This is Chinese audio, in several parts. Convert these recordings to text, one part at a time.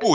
厚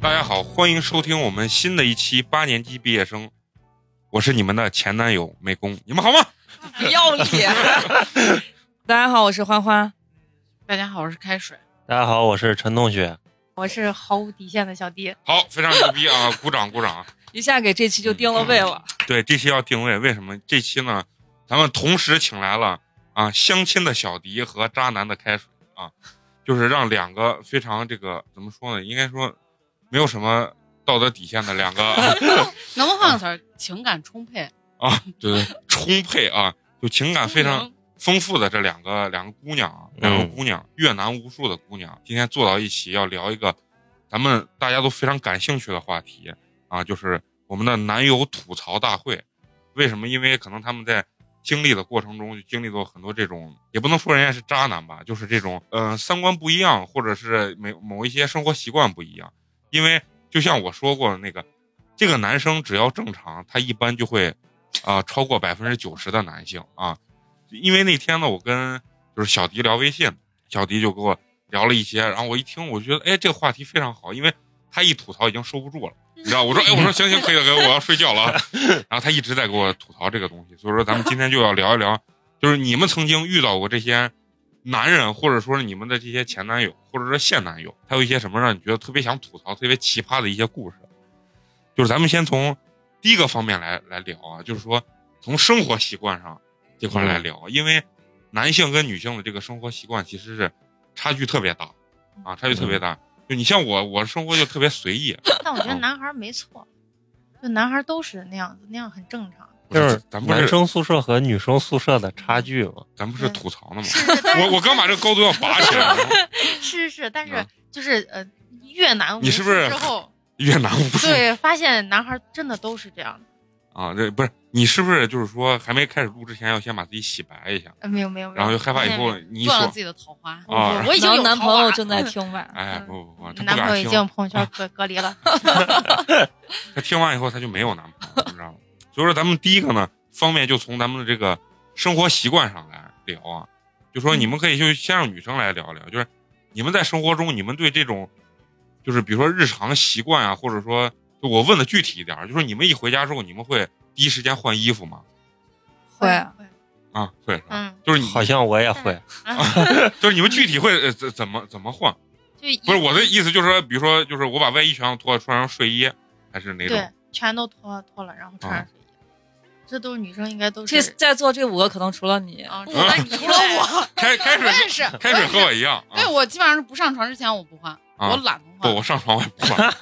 大家好，欢迎收听我们新的一期八年级毕业生，我是你们的前男友美工，你们好吗？不要脸！大家好，我是花花。大家好，我是开水。大家好，我是陈同学。我是毫无底线的小 弟。好，非常牛逼啊！鼓掌鼓掌啊！一下给这期就定了位嗯了。对，这期要定位，为什么？这期呢，咱们同时请来了啊相亲的小迪和渣男的开水啊，就是让两个非常这个怎么说呢？应该说没有什么道德底线的两个 能不能换个词儿？情感充沛，啊，对对，充沛啊，就情感非常丰富的这两个两个姑娘啊，两个姑娘，越南无数的姑娘，今天坐到一起要聊一个咱们大家都非常感兴趣的话题啊，就是我们的男友吐槽大会。为什么？因为可能他们在经历的过程中就经历过很多这种，也不能说人家是渣男吧，就是这种，嗯、三观不一样，或者是某某一些生活习惯不一样。因为就像我说过的那个，这个男生只要正常，他一般就会啊、超过百分之九十的男性啊。因为那天呢，我跟就是小迪聊微信，小迪就跟我聊了一些，然后我一听，我就觉得哎，这个话题非常好，因为他一吐槽已经收不住了，你知道？我说哎，我说行行可以了，可以了，我要睡觉了啊。然后他一直在给我吐槽这个东西，所以说咱们今天就要聊一聊，就是你们曾经遇到过这些男人，或者说是你们的这些前男友，或者说现男友，他有一些什么让你觉得特别想吐槽、特别奇葩的一些故事。就是咱们先从第一个方面来来聊啊，就是说从生活习惯上这块来聊，因为男性跟女性的这个生活习惯其实是差距特别大啊，差距特别大。就你像我，我生活就特别随意，但我觉得男孩儿没错，就男孩儿都是那样子，那样很正常。不就是咱不男是生宿舍和女生宿舍的差距嘛？咱不是吐槽呢吗？是，但是我我刚把这个高度要拔起来了， 是是，但是啊就是呃，越南你是不是之后，越南 无数对，发现男孩儿真的都是这样的。啊，这不是你是不是就是说还没开始录之前要先把自己洗白一下，呃没有没有，没有然后又害怕以没有后你一断了说自，己的桃花。没有啊，我我已经然有后男桃朋花友了正在听吧哎不不不，他不男朋友敢已听啊经，朋友圈隔隔离了。他听完以后他就没有男朋友，你知道吗？所以说咱们第一个呢方面就从咱们的这个生活习惯上来聊啊，就说你们可以就先让女生来聊聊，就是你们在生活中你们对这种就是比如说日常习惯啊，或者说就我问的具体一点儿，就是你们一回家之后你们会第一时间换衣服吗？ 会会，啊，会啊是吧，嗯，啊就是你好像我也会， 就是你们具体会呃怎怎么怎么换？就一 不是我的意思，就是说，比如说，就是我把外衣全部脱了，穿上睡衣，还是哪对种？，全都脱脱了，然后啊穿上睡衣。这都是女生应该都这是在座这五个可能除了你，啊，除啊除了我，开开我水也是，开水和我也我一样是。对啊！我基本上是不上床之前我不换，啊我懒得不， 换。我上床我也不换，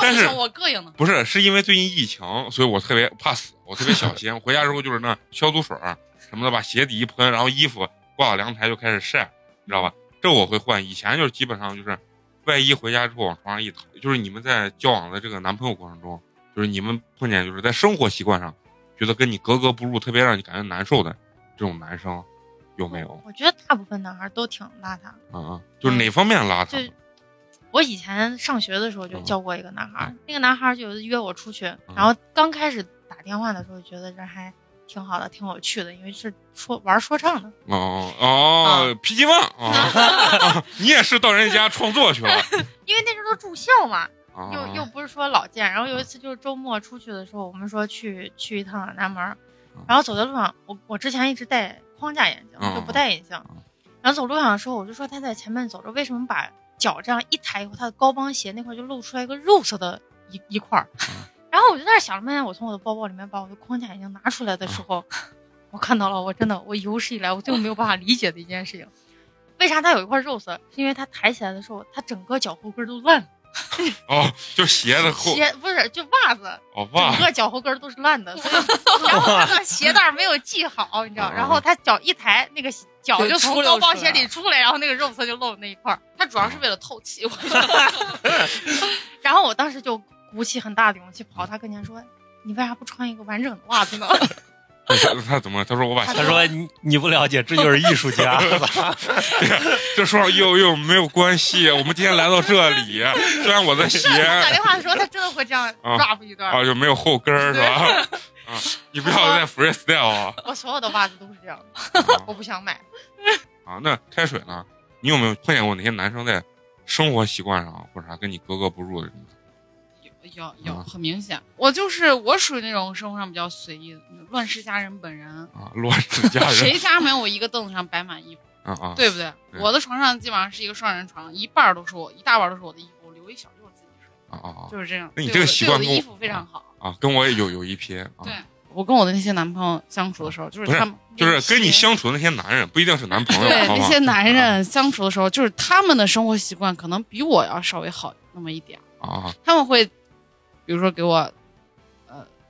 但是不行我膈应的。不是是因为最近疫情，所以我特别怕死，我特别小心。回家之后就是那消毒水儿什么的，把鞋底一喷，然后衣服挂到阳台就开始晒，你知道吧？这我会换。以前就是基本上就是外衣回家之后往床上一躺。就是你们在交往的这个男朋友过程中，就是你们碰见就是在生活习惯上觉得跟你格格不入，特别让你感觉难受的这种男生，有没有？我觉得大部分男孩都挺邋遢。啊、啊，就是哪方面邋就遢？我以前上学的时候就交过一个男孩儿，那个男孩儿就约我出去，嗯然后刚开始打电话的时候觉得人还挺好的，挺有趣的，因为是说玩说唱的，哦哦，脾气旺啊！你也是到人家创作去了因为那时候都住校嘛，啊？又又不是说老见。然后有一次就是周末出去的时候，我们说去去一趟南门儿嗯，然后走在路上，我我之前一直戴框架眼镜嗯，就不戴隐形嗯，然后走路上的时候，我就说他在前面走着，为什么把脚这样一抬以后，他的高帮鞋那块就露出来一个肉色的一一块儿， 然后我就在那儿想了半天，我从我的包包里面把我的框架眼镜拿出来的时候， 我看到了，我真的我有史以来我最没有办法理解的一件事情。为啥他有一块肉色？是因为他抬起来的时候，他整个脚后跟都烂了。哦，就鞋的后鞋不是就袜子，哦整袜个脚后跟儿都是 烂的，所以然后他的鞋带儿没有系好，你知啊道，然后他脚一抬，那个脚就从高帮鞋里出来，然后那个肉色就露那一块儿。他主要是为了透气，我觉 得 然后我当时就鼓起很大的勇气跑他跟前说：“你为啥不穿一个完整的袜 子呢？”他他怎么了？他说我把鞋他说你你不了解，这就是艺术家。这说又又没有关系。我们今天来到这里，虽然我的鞋我打电话的时候，他真的会这样啊 rap 一段儿。啊就没有后跟儿是吧？啊，你不要再 freestyle 啊！我所有的袜子都是这样的，我不想买。啊，那开水呢？你有没有碰见过哪些男生在生活习惯上啊或者啥跟你格格不入的什么的？有有有，啊很明显，我就是我属于那种生活上比较随意的，乱世佳人本人，啊，乱世佳人谁家没有我一个凳子上摆满 衣服，啊啊！对不对？对我的床上基本上是一个双人床，一半儿都是我，一大半儿都是我的衣服，我留一小溜儿自己睡，啊啊啊就是这样。那你对这个我的习惯对我跟的我衣服非常好。啊！跟我也有有一拼啊对，我跟我的那些男朋友相处的时候，就是不是他们就是跟你那些相处的那些男嗯人不一定是男朋友，对好嗯那吗些？男人相处的时候，就是他们的生活习惯可能比我要稍微好那么一点，啊，他们会比如说给我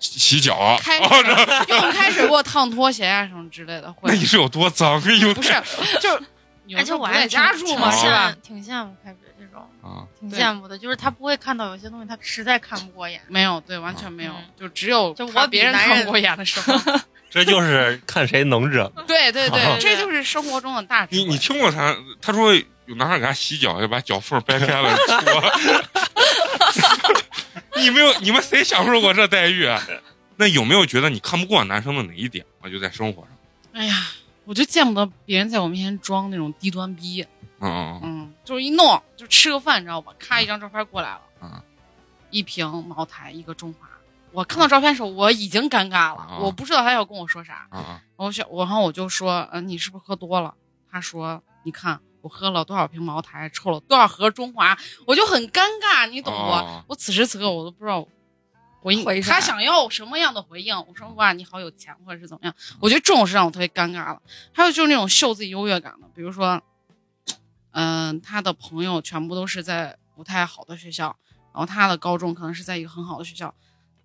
洗洗脚啊，开水， 用开水给我烫拖鞋啊什么之类的，会那你是有多脏？哎呦，不是就是有而时且候我不还在家住嘛，挺是吧？？挺羡慕开水这种，啊，挺对羡慕的，就是他不会看到有些东西，他实在看不过眼。没有，对，完全没有嗯，就只有就我怕比别人男看人不过眼的时候， 这就是看谁能忍。对对对，对这就是生活中的大智你慧。你听过他？他说有男孩给他洗脚，就把脚缝掰开 了搓。 你没有？你们谁享受过这待遇？啊那有没有觉得你看不过男生的哪一点啊？就在生活上，哎呀，我就见不得别人在我面前装那种低端逼，嗯嗯嗯，嗯，就是一弄就吃个饭，你知道吧？咔，一张照片过来了，嗯，一瓶茅台，一个中华。我看到照片的时候，我已经尴尬了，啊我不知道他要跟我说啥。啊啊我想，我然后我就说，嗯、你是不是喝多了？他说，你看我喝了多少瓶茅台，抽了多少盒中华，我就很尴尬，你懂不？哦我此时此刻我都不知道回应回啥他想要什么样的回应。我说哇，你好有钱，或者是怎么样？我觉得这种是让我特别尴尬了。还有就是那种秀自己优越感的，比如说，嗯、他的朋友全部都是在不太好的学校，然后他的高中可能是在一个很好的学校，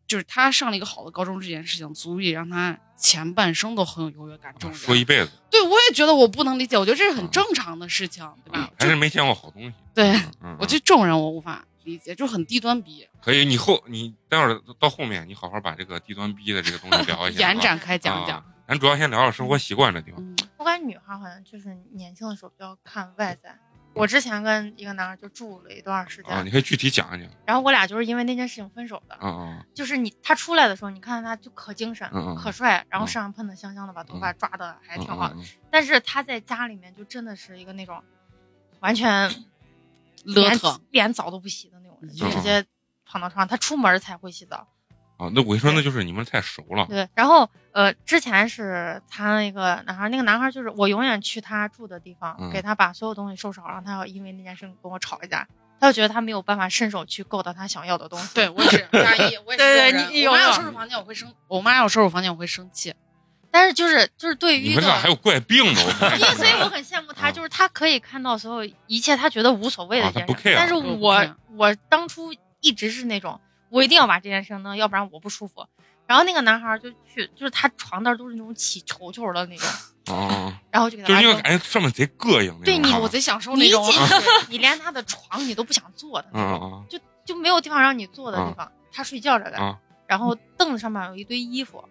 就是他上了一个好的高中这件事情，足以让他前半生都很有优越感。这啊种人说一辈子，对，我也觉得我不能理解，我觉得这是很正常的事情，对吧？嗯还是没见过好东西。啊对嗯，嗯我觉得这种人我无法理解，就很低端逼。可以。你后你待会儿到后面，你好好把这个低端逼的这个东西聊一下，延啊展开讲讲。啊咱主要先聊聊生活习惯这地方。嗯我感觉女孩好像就是年轻的时候比较看外在。我之前跟一个男孩就住了一段时间，啊，你可以具体讲一讲。然后我俩就是因为那件事情分手的。啊啊就是你他出来的时候，你看他就可精神、嗯嗯可帅，然后嗯身上喷的香香的，把头发抓的还哎挺好的。嗯嗯但是他在家里面就真的是一个那种完全勒连特，连澡都不洗的那种人，就嗯直接躺到床上。他出门才会洗澡，嗯啊，那我跟你说，那就是你们太熟了。对，然后呃，之前是谈了一个男孩，那个男孩就是我永远去他住的地方，嗯给他把所有东西收拾好，然后他要因为那件事情跟我吵一架，他就觉得他没有办法伸手去够到他想要的东西。 对，我也是大一，我也是对对这种人你我妈要有没有收拾房间，我会生；我妈要收拾房间，我会生气。但是就是就是对于你一们个俩，还有怪病呢，我跟 因你 为说所以我很羡慕他，啊就是他可以看到所有一切他觉得无所谓的啊一件他事不情， care 但是对不我 care 我当初一直是那种我一定要把这件事情弄，要不然我不舒服。然后那个男孩就去，就是他床单都是那种起球球的那种，啊，然后就给他就是那扔个感觉上面贼膈应那种。对你啊我贼享受你那一种进去， 你连他的床你都不想坐的嗯那种，嗯就就没有地方让你坐的地方。他睡觉着的，啊然后凳子上面有一堆衣服，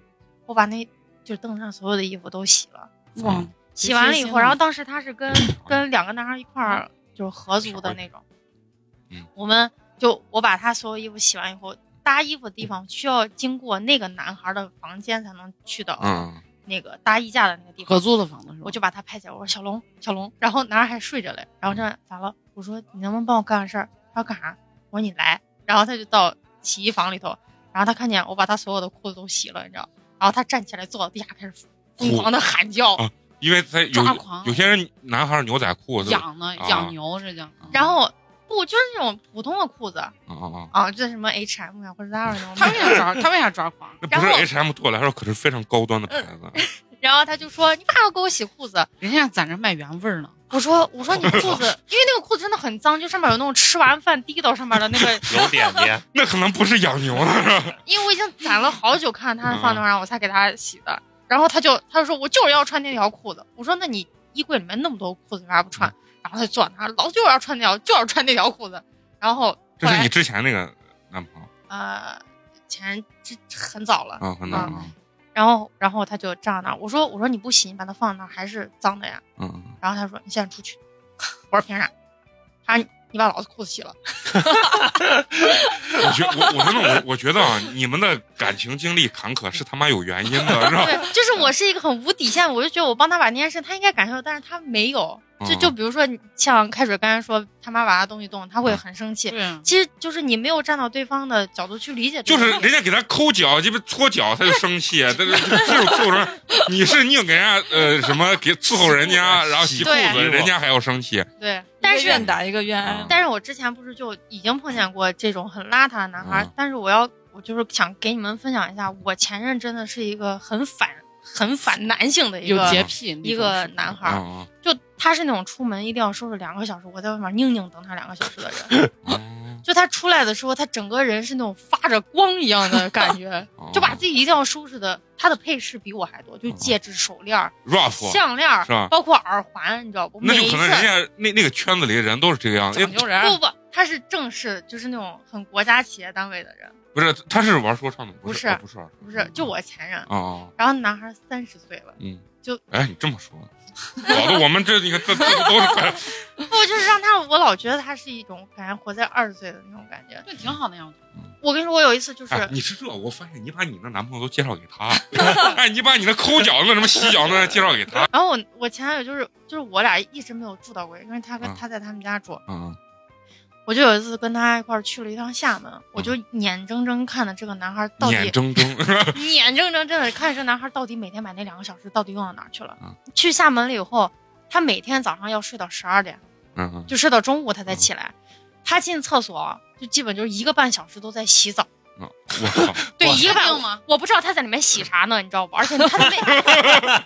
我把那就是凳子上所有的衣服都洗了，嗯 哇，洗完了以贴后，心啊然后当时他是跟跟两个男孩一块儿就是合租的那种，嗯，我们就我把他所有衣服洗完以后。搭衣服的地方需要经过那个男孩的房间才能去到嗯那个搭衣架的那个地方合。租的房子是吧？我就把他拍起来，我说小龙，小龙，然后男孩还睡着嘞，然后这咋了？我说你能不能帮我干个事儿？他说干啥？我说你来，然后他就到洗衣房里头，然后他看见我把他所有的裤子都洗了，你知道，然后他站起来坐到地下开始疯狂的喊叫，啊因为他有抓狂有些人男孩牛仔裤就养呢，啊养牛这叫。然后不就是那种普通的裤子啊啊啊，啊，就是什么 H M 呀或者 Zara 那他为种，啥抓？他为啥抓狂？那不是然后嗯 H M 对我来说可是非常高端的牌子然后他就说你为啥要给我洗裤子？人家攒着卖原味儿呢，我说我说你裤子，因为那个裤子真的很脏，就上面有那种吃完饭滴到上面的那个，有点点， 那可能不是养牛的， 是吧？因为我已经攒了好久看他放那儿，然后我才给他洗的。然后他就他就说我就是要穿那条裤子。我说那你衣柜里面那么多裤子，你为啥不穿？然后他就坐那儿，老就是要穿那条，就要穿那条裤子。然后这后是你来之前那个男朋友呃，前这很早了，啊，很难啊，然后然后他就站那儿，我说我说你不洗，你把它放那儿还是脏的呀。嗯嗯，然后他说你现在出去， 我说凭啥？他说你把老子裤子洗了。我觉我我真的我我觉得啊，你们的感情经历坎坷是他妈有原因的，是吧？对，就是我是一个很无底线，我就觉得我帮他把那件事，他应该感受，但是他没有。就就嗯比如说，像开水刚才说他妈把他东西动，他会很生气。对啊，其实就是你没有站到对方的角度去理解这就个是问题，人家给他抠脚，鸡巴搓脚，他就生气，这个这种这种人，你是硬给人家呃什么给伺候人家，然后洗裤子，对人家还要生气，对。但但是是愿打一个愿挨嗯。但是我之前不是就已经碰见过这种很邋遢的男孩，嗯但是我要我就是想给你们分享一下，我前任真的是一个很反很反男性的一有个洁癖那种一个是男孩啊儿，啊就他是那种出门一定要收拾两个小时，我在外面宁宁等他两个小时的人。啊，就他出来的时候，他整个人是那种发着光一样的感觉 哦就把自己一定要收拾的。他的配饰比我还多，就戒指、手链儿、 ！rap 项链儿是吧，包括耳环，你知道不？那每就一可次能人家那那个圈子里的人都是这个样子，讲究人不不不，他是正式，就是那种很国家企业单位的人，不是他是玩说唱的，不不是是啊不是玩说唱不是就我前任。啊啊然后男孩三十岁了， 嗯就哎你这么说，搞得我们这你看这这都是快不就是让他，我老觉得他是一种感觉活在二十岁的那种感觉。对，挺好的呀，我觉得我跟你说，我有一次就是，哎，你是这，我发现你把你的男朋友都介绍给 他，哎，你把你的抠脚那什么洗脚那介绍给他，然后我我前男友就是就是我俩一直没有住到过，因为他跟、嗯他在他们家住，嗯我就有一次跟他一块儿去了一趟厦门，我就眼睁睁看着这个男孩到底嗯眼睁睁，眼睁睁真的看着这个男孩到底每天把那两个小时到底用到哪儿去了。嗯去厦门了以后，他每天早上要睡到十二点， 嗯就睡到中午他才起来。他进厕所就基本就是一个半小时都在洗澡，嗯，我靠，对哇一个半定吗？我不知道他在里面洗啥 呢，你知道不？而且他那，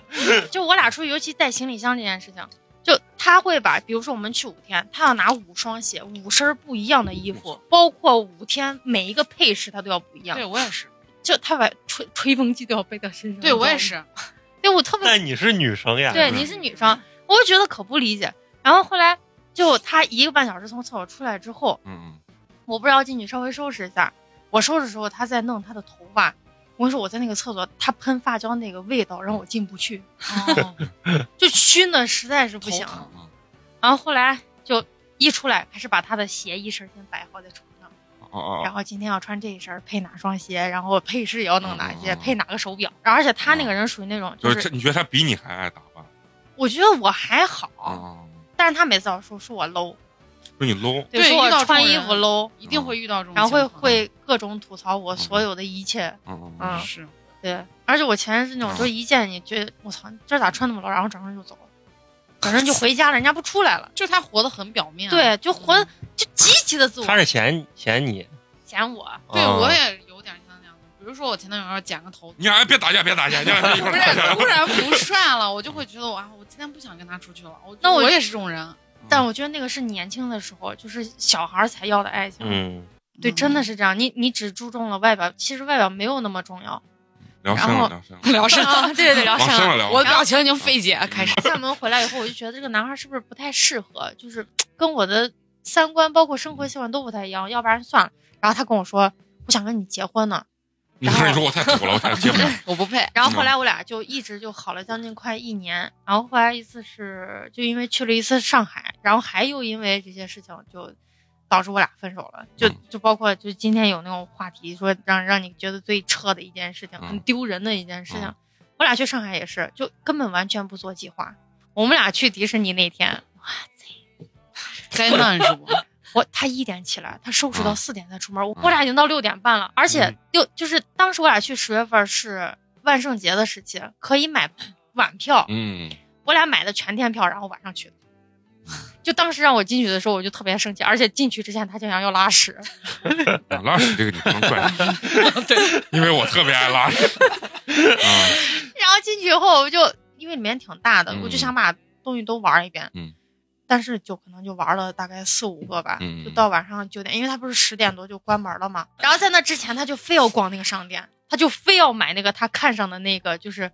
就我俩出去，尤其带行李箱这件事情，就他会把，比如说我们去五天，他要拿五双鞋，五身不一样的衣服，包括五天每一个配饰他都要不一样对，我也是，就他把吹吹风机都要背到身上。对我也你 知道吗，是，嗯对我特别 但你是女生呀，对，你是女生，我就觉得可不理解。然后后来就他一个半小时从厕所出来之后，嗯我不知道进去稍微收拾一下。我收拾的时候，他在弄他的头发。我跟你说，我在那个厕所，他喷发胶那个味道让我进不去，哦，就熏的实在是不行头。嗯嗯然后后来就一出来，他是把他的鞋一身先摆好在床上，哦哦然后今天要穿这一身，配哪双鞋，然后配饰也要弄哪些，嗯哦配哪个手表。然后而且他那个人属于那种，就就是这是你觉得他比你还爱打扮我觉得我还好，啊？但是他每次老说说我 low，说你 low，对说遇到我这种穿衣服人嗯 low，一定会遇到这种情然后况，会会各种吐槽我所有的一切，嗯嗯，是，对，而且我前任是那种，就是一见你觉得我操，你这咋穿那么 low，然后转身就走了，转身就回家了，人家不出来了，就是他活得很表面，嗯对，就活浑就极其的自我他是嫌嫌你，嫌我，对啊嗯我也有点像那样的，比如说我前男友要剪个头，你俩哎别打架，别打架，你俩 别一块不儿是打架。突然不帅了，我就会觉得哇，我今天不想跟他出去了。我那我我也是这种人，但我觉得那个是年轻的时候，就是小孩儿才要的爱情，嗯，对，真的是这样，你你只注重了外表，其实外表没有那么重要。 聊深了，聊深了，聊深啊，对对对，聊往深深了了。聊。我表情已经费解，开始厦门回来以后，我就觉得这个男孩是不是不太适合，就是跟我的三观包括生活习惯都不太一样，要不然算了。然后他跟我说，我想跟你结婚呢。你说你说我太土了，我太接不了。嗯 我不配。然后后嗯来我俩就一直就好了将近快一年，然后后来一次是就因为去了一次上海，然后还又因为这些事情就导致我俩分手了，就嗯就包括就今天有那种话题说让让你觉得最车的一件事情，嗯很丢人的一件事情嗯，我俩去上海也是，就根本完全不做计划。我们俩去迪士尼那天，哇塞，灾难是不？ 我他一点起来，他收拾到嗯四点才出门，我我俩已经到六点半了，而且嗯六就是当时我俩去十月份是万圣节的时期，可以买晚票，嗯，我俩买的全天票，然后晚上去的。就当时让我进去的时候，我就特别生气，而且进去之前他竟然要 拉屎，拉屎这个你不能怪， 对，因为我特别爱拉屎。啊，然后进去以后我就因为里面挺大的，嗯我就想把东西都玩一遍。嗯但是就可能就玩了大概四五个吧，嗯就到晚上九点，因为他不是十点多就关门了嘛。然后在那之前，他就非要逛那个商店，他就非要买那个他看上的那个，就是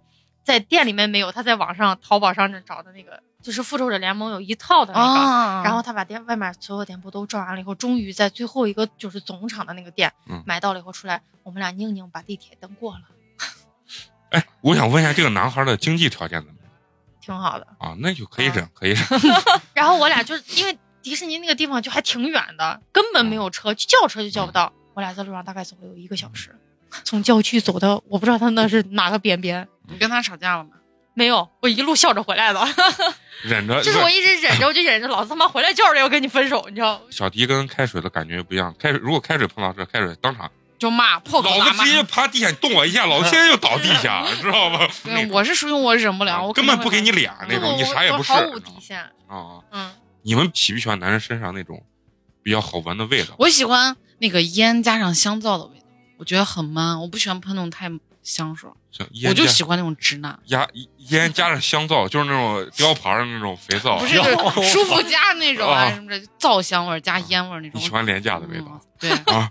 在店里面没有，他在网上淘宝上找的那个，就是复仇者联盟有一套哦的那个。啊然后他把店外面所有店铺都转完了以后，终于在最后一个就是总场的那个店、嗯买到了以后出来，我们俩宁宁把地铁等过了，哎，我想问一下这个男孩的经济条件怎么样挺好的。啊？那就可以忍，可以忍。然后我俩就是因为迪士尼那个地方就还挺远的，根本没有车，就叫车就叫不到。嗯我俩在路上大概走了有一个小时，从郊区走到我不知道他那是哪个边边，你跟他吵架了吗？没有，我一路笑着回来的。忍着。就是我一直忍着，我就忍着，老子他妈回来叫着要跟你分手，你知道吗？小迪跟开水的感觉不一样，开水如果开水碰到这，开水当场就骂，破口老大子骂直。接趴地下，你动我一下，老子现在就倒地 下，知道吗？那对，种我是属于我忍不了，我根本肯定会不给你脸那对种，我你啥也我不是毫无底线。啊。嗯，你们喜不喜欢男人身上那种比较好闻的味道？我喜欢那个烟加上香皂的味道，我觉得很 man，我不喜欢喷那种太香水，像我烟就加喜欢那种直男，压烟加上香皂，就是那种雕牌儿的那种肥皂。不是就是哦舒肤佳那种啊啊什么的，皂香味儿加烟味儿那哦你种。喜欢廉价的味道嗯，对啊，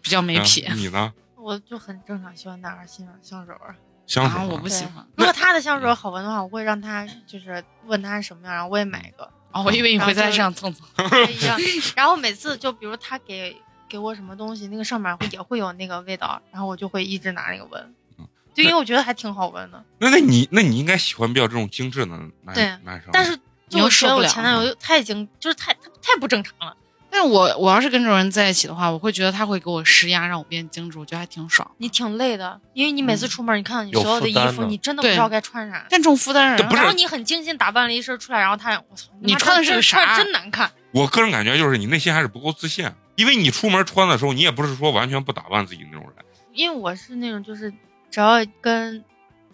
比较没品啊你呢？我就很正常，喜欢男孩欣赏香水儿。香水啊，呢我不喜欢。如果他的香水儿好闻的话，我会让他就是问他是什么样，然后我也嗯买一个。哦，我以为你会在这样蹭蹭。一样。然后每次就比如他给给我什么东西，那个上面会也会有那个味道，然后我就会一直拿那个闻嗯，就因为我觉得还挺好闻的。嗯那那你那你应该喜欢比较这种精致的男对男生，但是你就又我受觉不得我了前男嗯友太精，就是太他太不正常了。但是我我要是跟这种人在一起的话，我会觉得他会给我施压，让我变精致，我觉得还挺爽。你挺累的，因为你每次出门，你看到你嗯有所有的负担衣服，呢你真的不知道该穿啥。但这种负担这人不是然后你很精心打扮了一身出来，然后他我操，你妈穿的是这个穿啥真难看。我个人感觉就是你内心还是不够自信，因为你出门穿的时候，你也不是说完全不打扮自己那种人。因为我是那种就是只要跟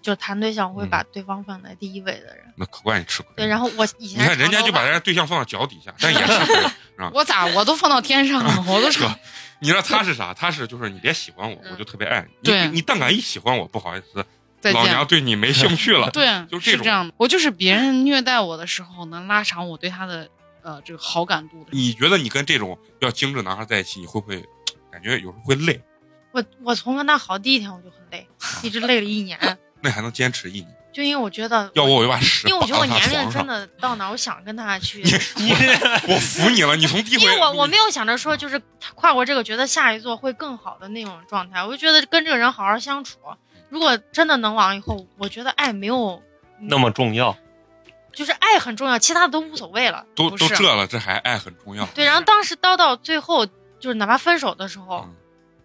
就谈对象，我会嗯把对方放在第一位的人。那可怪你吃亏。对，然后后我以你前看人家长头就把发人家对象放到脚底下，但也吃 亏。我咋我都放到天上了，我都哥，你知道他是啥？他是就是你别喜欢我，嗯我就特别爱你。对你你但敢一喜欢我，不好意思，再老见娘对你没兴趣 了。对，就是这种这样的。我就是别人虐待我的时候，能拉长我对他的呃这个好感度的。你觉得你跟这种比较精致男孩在一起，你会不会感觉有时候会累？我我从跟他好第一天我就很累，一直累了一年，那还能坚持一年？就因为我觉得，要不我就把屎因为我觉得我扒到他年龄床上真的到哪儿，我想跟他去，你我服你了，你从第一回因为我我没有想着说就是跨过这个，觉得下一座会更好的那种状态，我就觉得跟这个人好好相处，如果真的能往以后，我觉得爱没有那么重要，就是爱很重要，其他的都无所谓了。都不都是这了，这还爱很重要。对，然后当时叨到最后，就是哪怕分手的时候，嗯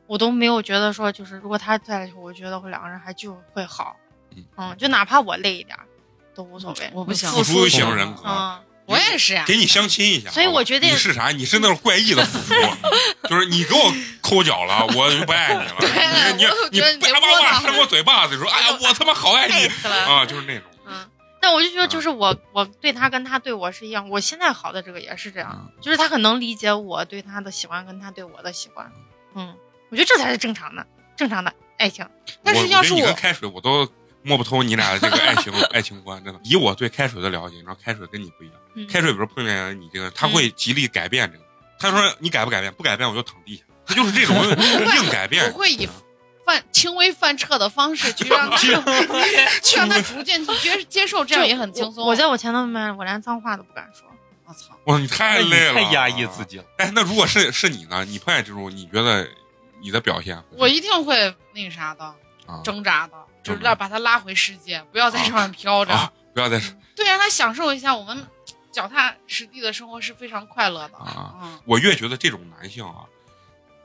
我都没有觉得说，就是如果他在的时候，我觉得会两个人还就会好嗯，嗯，就哪怕我累一点儿都无所谓，嗯我不想付出型人格，嗯。我也是呀、给你相亲一下。所以好吧我觉得你是啥？你是那种怪异的付出，就是你给我抠脚了，我就不爱你了。你对我你觉得你你叭叭窝叭囊扇我嘴巴子，说哎呀，我他妈好爱累你死了。啊，就是那种。嗯，但我就觉得，就是我嗯我对他跟他对我是一样，我现在好的这个也是这样，嗯嗯就是他很能理解我对他的喜欢跟他对我的喜欢。嗯，我觉得这才是正常的，正常的爱情。但是我要我觉得是你我跟开水，我都摸不透你俩的这个爱情 爱情观，真的。以我对开水的了解，你知道开水跟你不一样。嗯，开水比如碰见你这个，他嗯会极力改变这个。他说你改不改变？不改变我就躺地下。他就是 这种硬改变。我会以犯轻微犯彻的方式去让他去让他逐渐去接接受，这样也很轻松。啊我我在我前头面，我连脏话都不敢说。我操，哇，你太哎你累了，太压抑自。己了。哎，那如果是是你呢？你碰见这种，你觉得你的表现会我一定会那个啥的，啊挣扎的，就是挣扎要把他拉回世界，不要在上面飘着。啊，不要再说对，啊让他享受一下我们脚踏实地的生活是非常快乐的。啊嗯，我越觉得这种男性啊，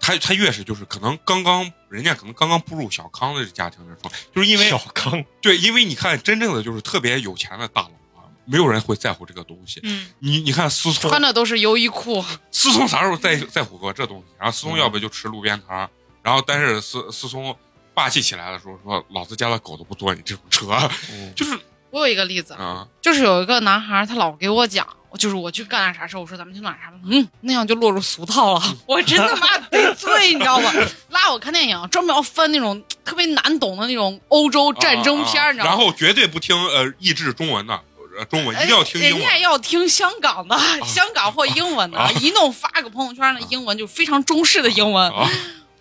他他越是就是可能刚刚人家可能刚刚步入小康的家庭的时候，就是因为小康，对，因为你看真正的就是特别有钱的大佬啊，没有人会在乎这个东西。嗯，你你看思聪穿，嗯的都是优衣库，思聪啥时候在在乎过这东西？然后思聪要不就吃路边摊儿，然后但是思思聪霸气起来的时候说：“老子家的狗都不坐你这种车。”啊就是我有一个例子，啊，就是有一个男孩儿，他老给我讲，就是我去干点啥事儿，我说咱们去哪儿啥的，嗯，那样就落入俗套了。我真他妈得罪，你知道吗？拉我看电影，专门要翻那种特别难懂的那种欧洲战争片儿，啊你知道然吗？后绝对不听呃译制中文的，呃中文，一定要听英哎人家文。要听香港的、香港或英文的，啊一弄发个朋友圈的英文就非常中式的英文，啊，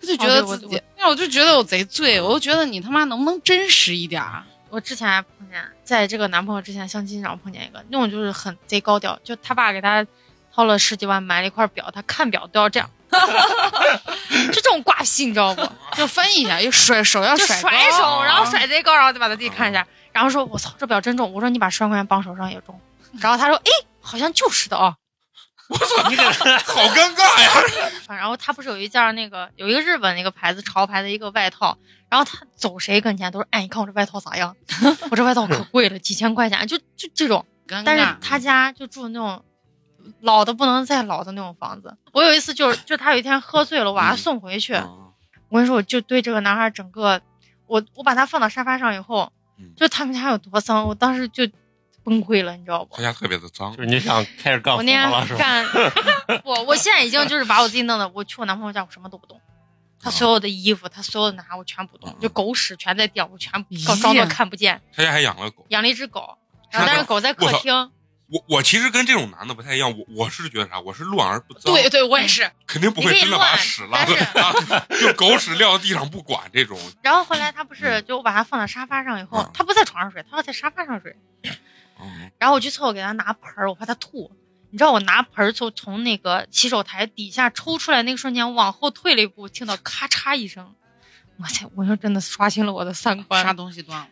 他就觉得哦对我自己，哎那我就觉得我贼醉，我就觉得你他妈能不能真实一点儿？我之前还碰见，在这个男朋友之前相亲上碰见一个，那种就是很贼高调，就他爸给他掏了十几万买了一块表，他看表都要这样，就这种挂皮，你知道不？就翻译一下，就甩手要就甩啊甩高手，然后甩贼高，然后再把他自己看一下，然后说：“我操，这表真重。”我说：“你把十万块钱绑手上也重。”然后他说：“哎，好像就是的啊。好尴尬 呀！”然后他不是有一件那个有一个日本那个牌子潮牌的一个外套，然后他走谁跟前都是：“哎，你看我这外套咋样？ 我这外套可贵了，几千块钱。就”就这种。尴但是尬。他家就住那种老的不能再老的那种房子。我有一次就是，就他有一天喝醉了，我把他送回 去。嗯我跟你说，我就对这个男孩整个，我我把他放到沙发上以后嗯，就他们家有多脏，我当时就崩溃了，你知道不他？家特别的脏就，是你想开始干我活那了天是吧？干， 我我现在已经就是把我自己弄的，我去我男朋友家我什么都不动，他所有的衣服，他所有的拿我全不动，就狗屎全在地上，我全不搞装作看不见。他家还养了狗。养了一只狗，然后但是狗在我客操厅，我我其实跟这种男的不太一样，我我是觉得啥，我是乱而不脏，对，对，我也是，肯定不会你可以真的把乱屎拉 的啊，就狗屎撂地上不管这种。然后后来他不嗯是就我把他放到沙发上以后，啊嗯他不在床上睡，他要在沙发上睡。嗯然后我去厕所给他拿盆儿，我怕他吐。你知道我拿盆儿就从那个洗手台底下抽出来那个瞬间，我往后退了一步，听到咔嚓一声，哇塞！我说真的刷新了我的三啥观。东西断了？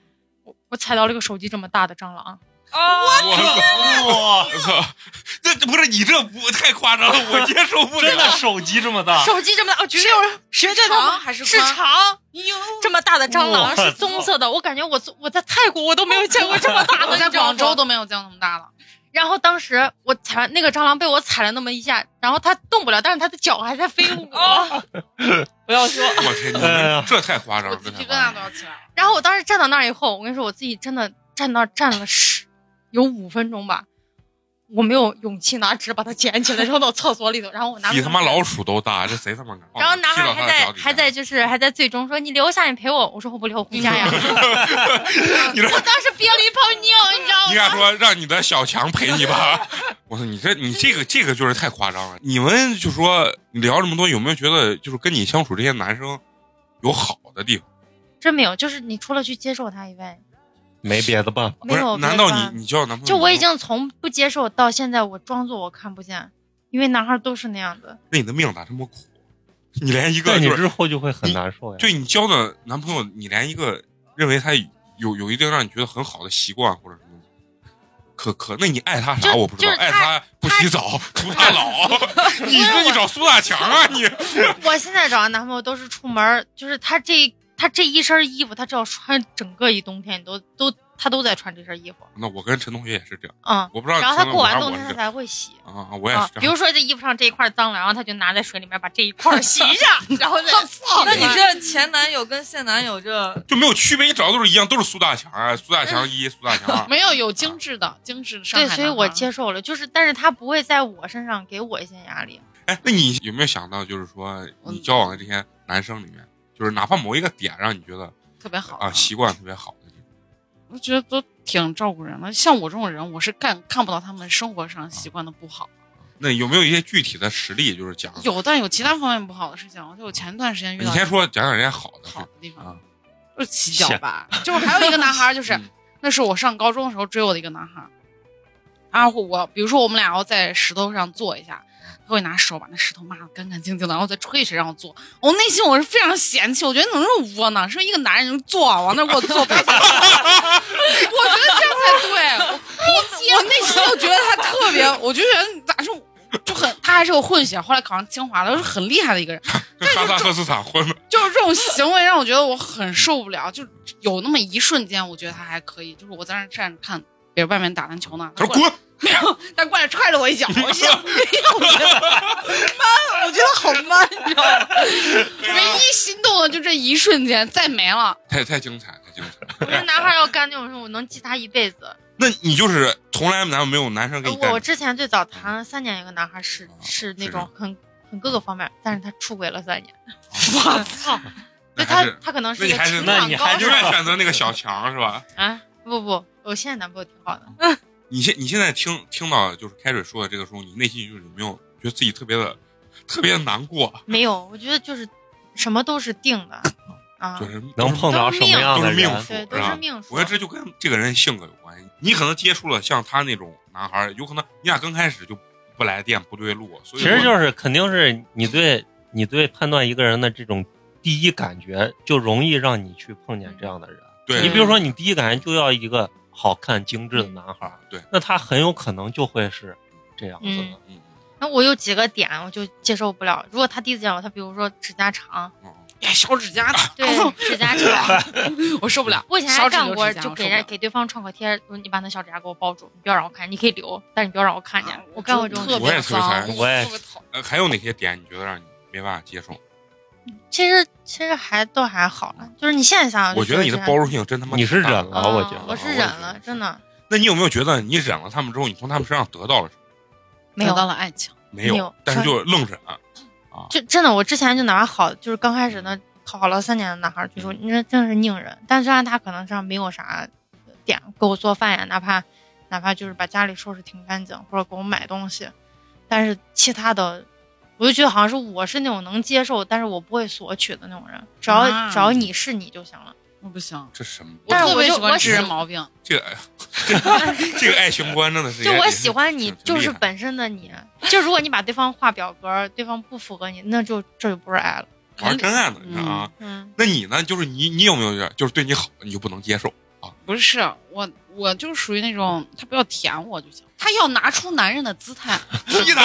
我我踩到了一个手机这么大的蟑螂，哦，我操！哇，我操！这这不是你这不太夸张了，我接受不真的了。手机这么大，手机这么大，我绝对有人学这堂啊还是是长这么大的蟑螂，哇是棕色的。我感觉我我在泰国我都没有见过这么大的，我在你知道广州吗都没有见过那么大的。然后当时我踩完那个蟑螂被我踩了那么一下，然后它动不了，但是它的脚还在飞舞。不要说，我天，你哎们呀这太夸张我了，啊鸡这太皮疙夸瘩张都了。要起来了。然后我当时站到那儿以后，我跟你说，我自己真的站到站了十有五分钟吧，我没有勇气拿纸把它捡起来扔到厕所里头。然后我拿比他妈老鼠都大，这谁他妈敢？然后男踢孩到他的脚还在底下还在就是还在最终说你留下你陪我，我说我不留我回家呀。 你这我当时憋了一泡尿，你知道你吗？敢说让你的小强陪你吧？ 我说你这你这个这个就是太夸张了。你们就说聊这么多，有没有觉得就是跟你相处这些男生有好的地方？真没有，就是你除了去接受他以外，没别的办法。不没是有。？难没有道办法你你交男朋友？就我已，经从不接受到现在，我装作我看不见，因为男孩都是那样的。那你的命咋这么苦？你连一个对你就是之后就会很难受呀。对你交的男朋友，你连一个认为他有有一定让你觉得很好的习惯或者什么，可可，那你爱他啥就我不知道，就是爱他他不洗澡，图他 老，你这你找苏大强啊你。 我现在找的男朋友都是出门儿，就是他这他这一身衣服，他只要穿整个一冬天，都都他都在穿这身衣服，那我跟陈同学也是这样，嗯。我不知道然后陈他同过学玩完冬我天是他这样才会洗啊，我也啊是。这比样。如说这衣服上这一块脏了，然后他就拿在水里面把这一块洗一下，然后再洗。那你这前男友跟现男友这就没有区别，你找的都是一样，都是苏大强啊，苏大强一，苏大强二。没有有精致的，精致的上海对，男孩。所以我接受了，就是但是他不会在我身上给我一些压力。哎，那你有没有想到，就是说嗯你交往的这些男生里面，就是哪怕某一个点让你觉得特别好啊习惯特别好的这种，我觉得都挺照顾人的。像我这种人，我是看看不到他们生活上习惯的不好，那有没有一些具体的实例，就是讲？有但有其他方面不好的事情。就我前段时间遇嗯你到先说讲讲人家好的事好的地啊方，就是洗脚吧，就是还有一个男孩，就是嗯那是我上高中的时候追我的一个男孩，然后我比如说我们俩要在石头上坐一下，他会拿手把那石头抹得干干净净的，然后再吹一吹让我坐。我内心我是非常嫌弃，我觉得怎么这么窝囊？是不是一个男人就坐啊往那儿给我坐，我觉 得这样才对。我我我内心就觉得他特别，我就觉得咋说就很，他还是个混血，后来考上清华了，就是很厉害的一个人。跟哈萨克斯坦混 的，就是这种行为让我觉得我很受不了，就有那么一瞬间，我觉得他还可以，就是我在那儿站着看别人外面打篮球呢，他他说过来滚，没有， 他过来踹了我一脚，我心想，我觉得 man，我觉得好 man，你知道吗？唯一心动的就这一瞬间，再没了。 太太精彩，太精彩。我觉得男孩要干这种事，我能记他一辈子。那你就是从来男没有男生给你带嗯呃哦我我之前最早谈了三年一个男孩是是那种很很各个方面，但是他出轨了三年， 我操！哦那对还他是他可能那一你个还是情那场你高还永是手远选择那个小强是吧？哦啊！不不，我现在男朋友挺好的，你现你现在听听到就是开水说的这个时候，你内心就是有没有觉得自己特别的特别的难过？啊没有，我觉得就是什么都是定的啊就，是能碰到什么样都的是命人数，对，是都是吧？命数我觉。得这就跟这个人性格有关系。你可能接触了像他那种男孩儿，有可能你俩刚开始就不来电、不对路，所以其实是就是肯定是你对你对判断一个人的这种第一感觉，就容易让你去碰见这样的人。对你比如说，你第一感觉就要一个好看精致的男孩儿，对那他很有可能就会是这样子的嗯。嗯那我有几个点我就接受不了。如果他第一次见我，他比如说指甲 长，嗯嗯哎小指甲，对，啊指甲长，我受不了。我以前小还指干留过，指甲就我受给不人了给对方创可贴，说你把那小指甲给我包住，你不要让我看，你可以留，但是你不要让我看见啊。我干过这特种我别也特别脏，烦我也特别讨厌呃，还有哪些点你觉得让你没办法接受？其实其实还都还好了，就是啊你现在想想，我觉得你的这样包容性真他妈你是挺大忍的了，我觉啊得我是忍了，真的那你有没有觉得你忍了他们之后，你从他们身上得到了什么？没有得到了爱情，没没有有，但是就愣忍。就真的，我之前就哪怕好，就是刚开始那好了三年的男孩，就说嗯你这真是拧人。但虽然他可能身上没有啥点，给我做饭呀，哪怕哪怕就是把家里收拾挺干净，或者给我买东西，但是其他的，我就觉得好像是我是那种能接受，但是我不会索取的那种人。只要、啊只要你是你就行了。我不行。这什么？但是特我别就喜欢我治喜人毛病，这个 这个爱情观真的是就也我也喜欢你挺，挺就厉是害本身的你。就如果你把对方划表格，对方不符合你，那就这就不是爱了。嗯玩真爱呢，你知道啊？嗯，那你呢？就是你，你有没有点就是对你好你就不能 接受？不是我，我就属于那种他不要舔我就行，他要拿出男人的姿态，屁的，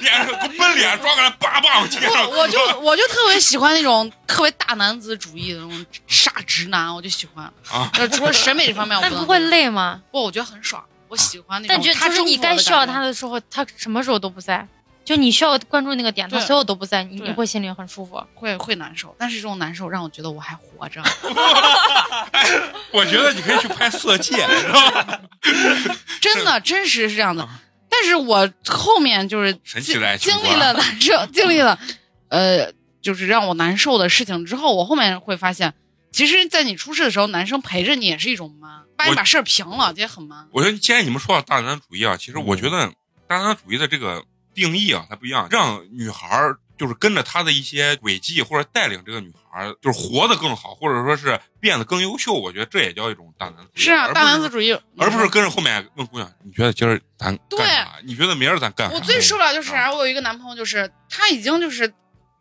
脸上给我奔脸抓过来，叭叭接 上。我我就我就特别喜欢那种特别大男子主义的那种傻直男，我就喜欢啊。呃除了审美这方面，我那不你能不会接受，累吗？不，我觉得很爽，我喜欢那种。但觉他就是征你服我该的需要感觉他的时候，他什么时候都不在。就你需要关注那个点，他对所有都不在，你对你会心里很舒服。会会难受，但是这种难受让我觉得我还 活着。我觉得你可以去拍《色戒》，知道吧？ 真的，真实是这样的。啊但是我后面就是神经奇的爱情经历观了难受，经历了呃，就是让我难受的事情之后，我后面会发现，其实，在你出事的时候，男生陪着你也是一种 man，把你我把事儿平了，这也很 man。我觉得既然你们说到大男子主义啊，其实我觉得大男子主义的这个定义啊，它不一样，让女孩儿就是跟着他的一些轨迹，或者带领这个女孩儿就是活得更好，或者说是变得更优秀，我觉得这也叫一种大男子主义。是啊，而不大男子主义，而不是跟着后面问姑娘，你觉得今儿咱对干啥？你觉得明儿咱干啥？我最受不了就是啥，我有一个男朋友，就是他已经就是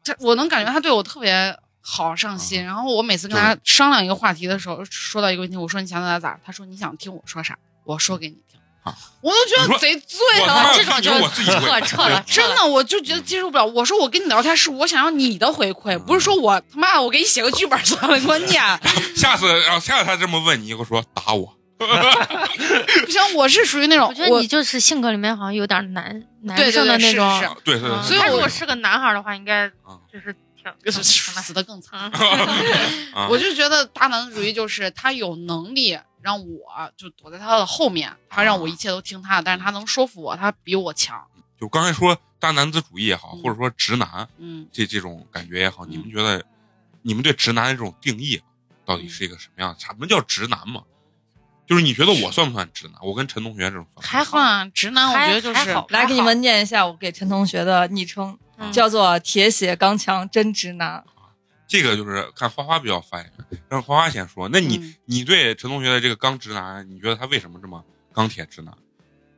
他，我能感觉他对我特别好上嗯心。然后我每次跟他商量一个话题的时候，说到一个问题，我说你想咋咋咋，他说你想听我说啥，我说给你听啊。我都觉你得说贼醉我他妈了，要这是种你说我自己撤会 撤了，撤真了。的我就觉得接受不了。我说我跟你聊天是我想要你的回馈，嗯不是说我他妈我给你写个剧本算了，给 我念。下次，然后下次他这么问你，你给我说打我。不行，我是属于那种我觉得你就是性格里面好像有点男对男对生对的那种。是是是啊对对对，嗯所以他如我果是个男孩儿的话，应该啊就是挺挺死的更惨。 嗯啊我就觉得大男子主义就是他有能力让我就躲在他的后面，他让我一切都听他的，但是他能说服我，他比我强。就刚才说大男子主义也好，嗯或者说直男嗯，这这种感觉也好，嗯嗯你们觉得你们对直男的这种定义到底是一个什么样的？什么叫直男嘛？就是你觉得我算不算直男？我跟陈同学这种算还好，换啊直男，我觉得就还是还好来给你们念一下我给陈同学的昵称，嗯叫做“铁血刚强真直男这个就是看花花比较发言，让花花先说。那你、嗯你对陈同学的这个刚直男，你觉得他为什么这么钢铁直男？”，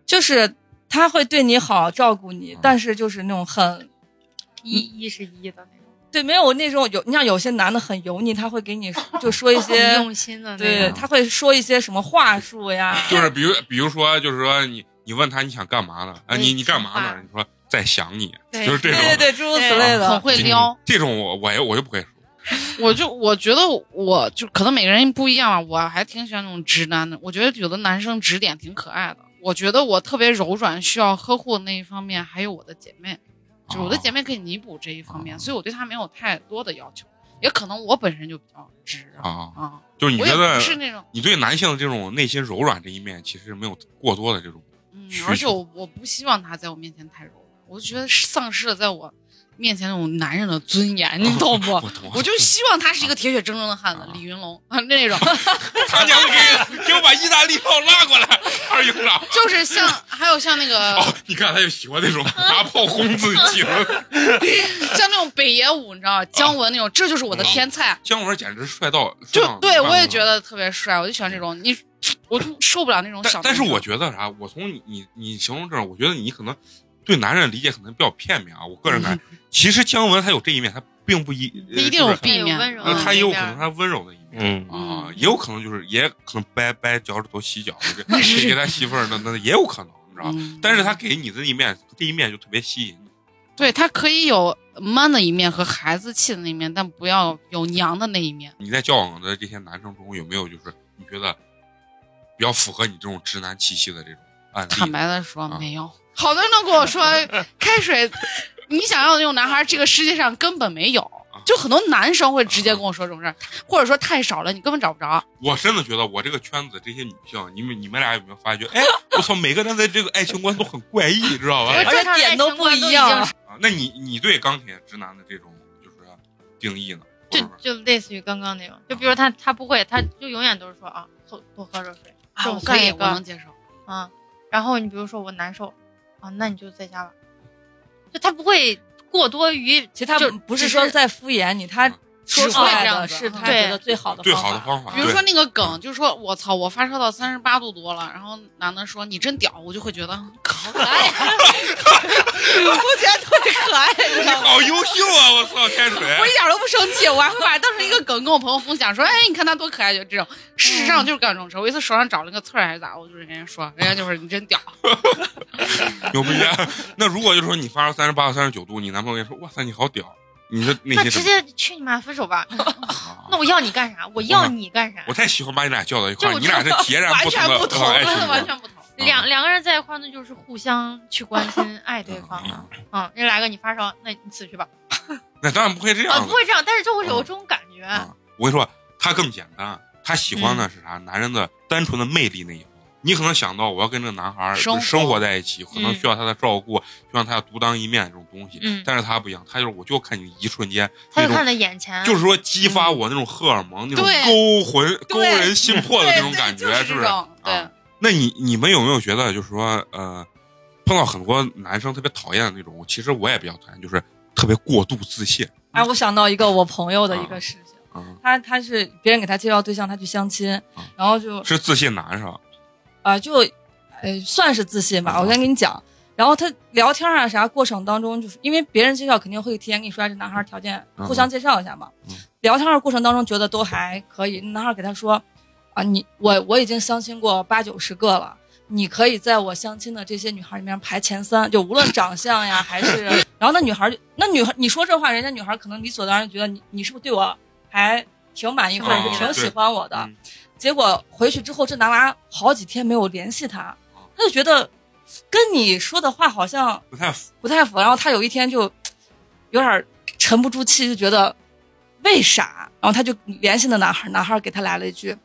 就是他会对你好，照顾你嗯，但是就是那种很一一是一的那种，对，没有那种有，你像有些男的很油腻，他会给你就说一很些，用心的那对，种。他会说一些什么话术 呀，就是比如比如说，就是说你你问他你想干嘛呢？啊，嗯你你干嘛话呢？你说在想你，对就是这对种。对对，诸如此类很的。会撩。这种我我也我就不会说。我就我觉得我就可能每个人不一样吧，我还挺喜欢那种直男的。我觉得有的男生指点挺可爱的。我觉得我特别柔软，需要呵护的那一方面，还有我的姐妹，就是哦我的姐妹可以弥补这一方面，啊所以我对他没有太多的要求。也可能我本身就比较直啊啊，就是你我也觉得不是那种，你对男性的这种内心柔软这一面，其实没有过多的这种嗯需，求而且我我不希望他在我面前太柔软，我就觉得丧失了在我面前那种男人的尊 严，你懂不？不同。哦我就希望他是一个铁血铮铮的汉子啊，李云龙啊那种。他娘的给给我把意大利炮拉过来，二营长。就 是像还有像那个哦，你看他就喜欢那种拿炮轰自己 的，像那种北野武，你知哦道吗？姜文那种，这就是我的嗯天菜。姜文简直帅到就对我也觉得。得特别帅，我就喜欢这种你，我就受不了那种小但男生。但是我觉得啥，我从你你你形容这种，我觉得你可能对男人理解可能比较片面啊。我个人感觉，其实姜文他有这一面，他并不一不嗯一定有呃是避免有温柔不是呃的他也有可那能边他温柔的一面。嗯，啊，嗯也有可能就是，也可能掰掰脚趾头洗脚，给谁给他媳妇儿那那也有可能，你知道吧？嗯但是他给你的一面，这一面就特别吸引你。对他可以有 man 的一面和孩子气的那一面，但不要有娘的那一面。你在交往的这些男生中，有没有就是你觉得比较符合你这种直男气息的这种案坦例？白的说，啊没有。好多人都跟我说，开水，你想要的那种男孩，这个世界上根本没有。哦就很多男生会直接跟我说这种事儿，或者说太少了，你根本找不着。我真的觉得我这个圈子这些女性，你们你们俩有没有发觉？哎，我操，每个人的这个爱情观都很怪异，知道吧？而且点都不一样啊那你你对钢铁直男的这种就是定义呢？就或者说就类似于刚刚那种，就比如他他不会，他就永远都是说啊，喝多喝热水，啊这我种可算以，一我个能接受。啊。然后你比如说我难受啊，那你就在家吧，就他不会过多于其实就他只不是说在敷衍你，他说出只会来的这样子是他对觉得最好的最方好的法方法，比如对说那个梗，就是说我操，我发烧到三十八度多了，然后男的说你真屌，我就会觉得哎可哎爱，我觉得特别可爱，你知道吗？好优秀啊！我操，开水我一点都不生气，我还会把它当成一个梗跟我朋友分享，说哎你看他多可爱，就 这种。事实上就是干这种事儿。我一次手上长了个刺儿还是咋，我就是跟人家说，人家就是你真屌，牛逼！ 那如果就是说你发烧三十八、三十九度，你男朋友跟你说：“哇塞，你好屌！”你说那那些什直么接去你妈分手 吧。啊那我要你干啥？我要你干啥嗯我？太喜欢把你俩叫到一块这儿，我你俩是截然不同的不不同爱情真的观 完全不同。两两个人在一块儿，那就是互相去关心、爱对方嗯啊。嗯，那来个你发烧，那你死去吧。那当然不会这啊，样不子。会这样，但是就会有这种感觉。啊我跟你说，他更简单，他喜欢嗯的是啥？男人的单纯的魅力那一方。你可能想到我要跟这个男孩儿生活生活在一起，可能嗯需要他的照顾，需要他独当一面这种东西。嗯但是他不一样，他就是我就看你一瞬间他那就种看在眼前，就是说激发我那种荷尔蒙、那种嗯对勾魂、对勾人心魄的那种对感觉，就是是不这是？种对啊，那你你们有没有觉得，就是说，呃，碰到很多男生特别讨厌的那种，其实我也比较讨厌，就是特别过度自信 哎，我想到一个我朋友的一个事情，啊，他他是别人给他介绍对象，他去相亲啊，然后就啊、是自信男是吧？就，呃算是自信吧，我先跟你讲。然后他聊天啊啥过程当中，就是因为别人介绍肯定会提前跟你说啊这男孩条件，嗯互相介绍一下嘛。嗯聊天的过程当中觉得都还可以，男孩给他说啊你我我已经相亲过八九十个了。你可以在我相亲的这些女孩里面排前三，就无论长相呀还是，然后那女孩就那女孩你说这话，人家女孩可能理所当然觉得你你是不是对我还挺满意，或者是挺喜欢我的。嗯结果回去之后，这男娃好几天没有联系他，他就觉得跟你说的话好像不太符不太符。然后他有一天就有点沉不住气，就觉得为啥？然后他就联系那男孩，男孩给他来了一句：“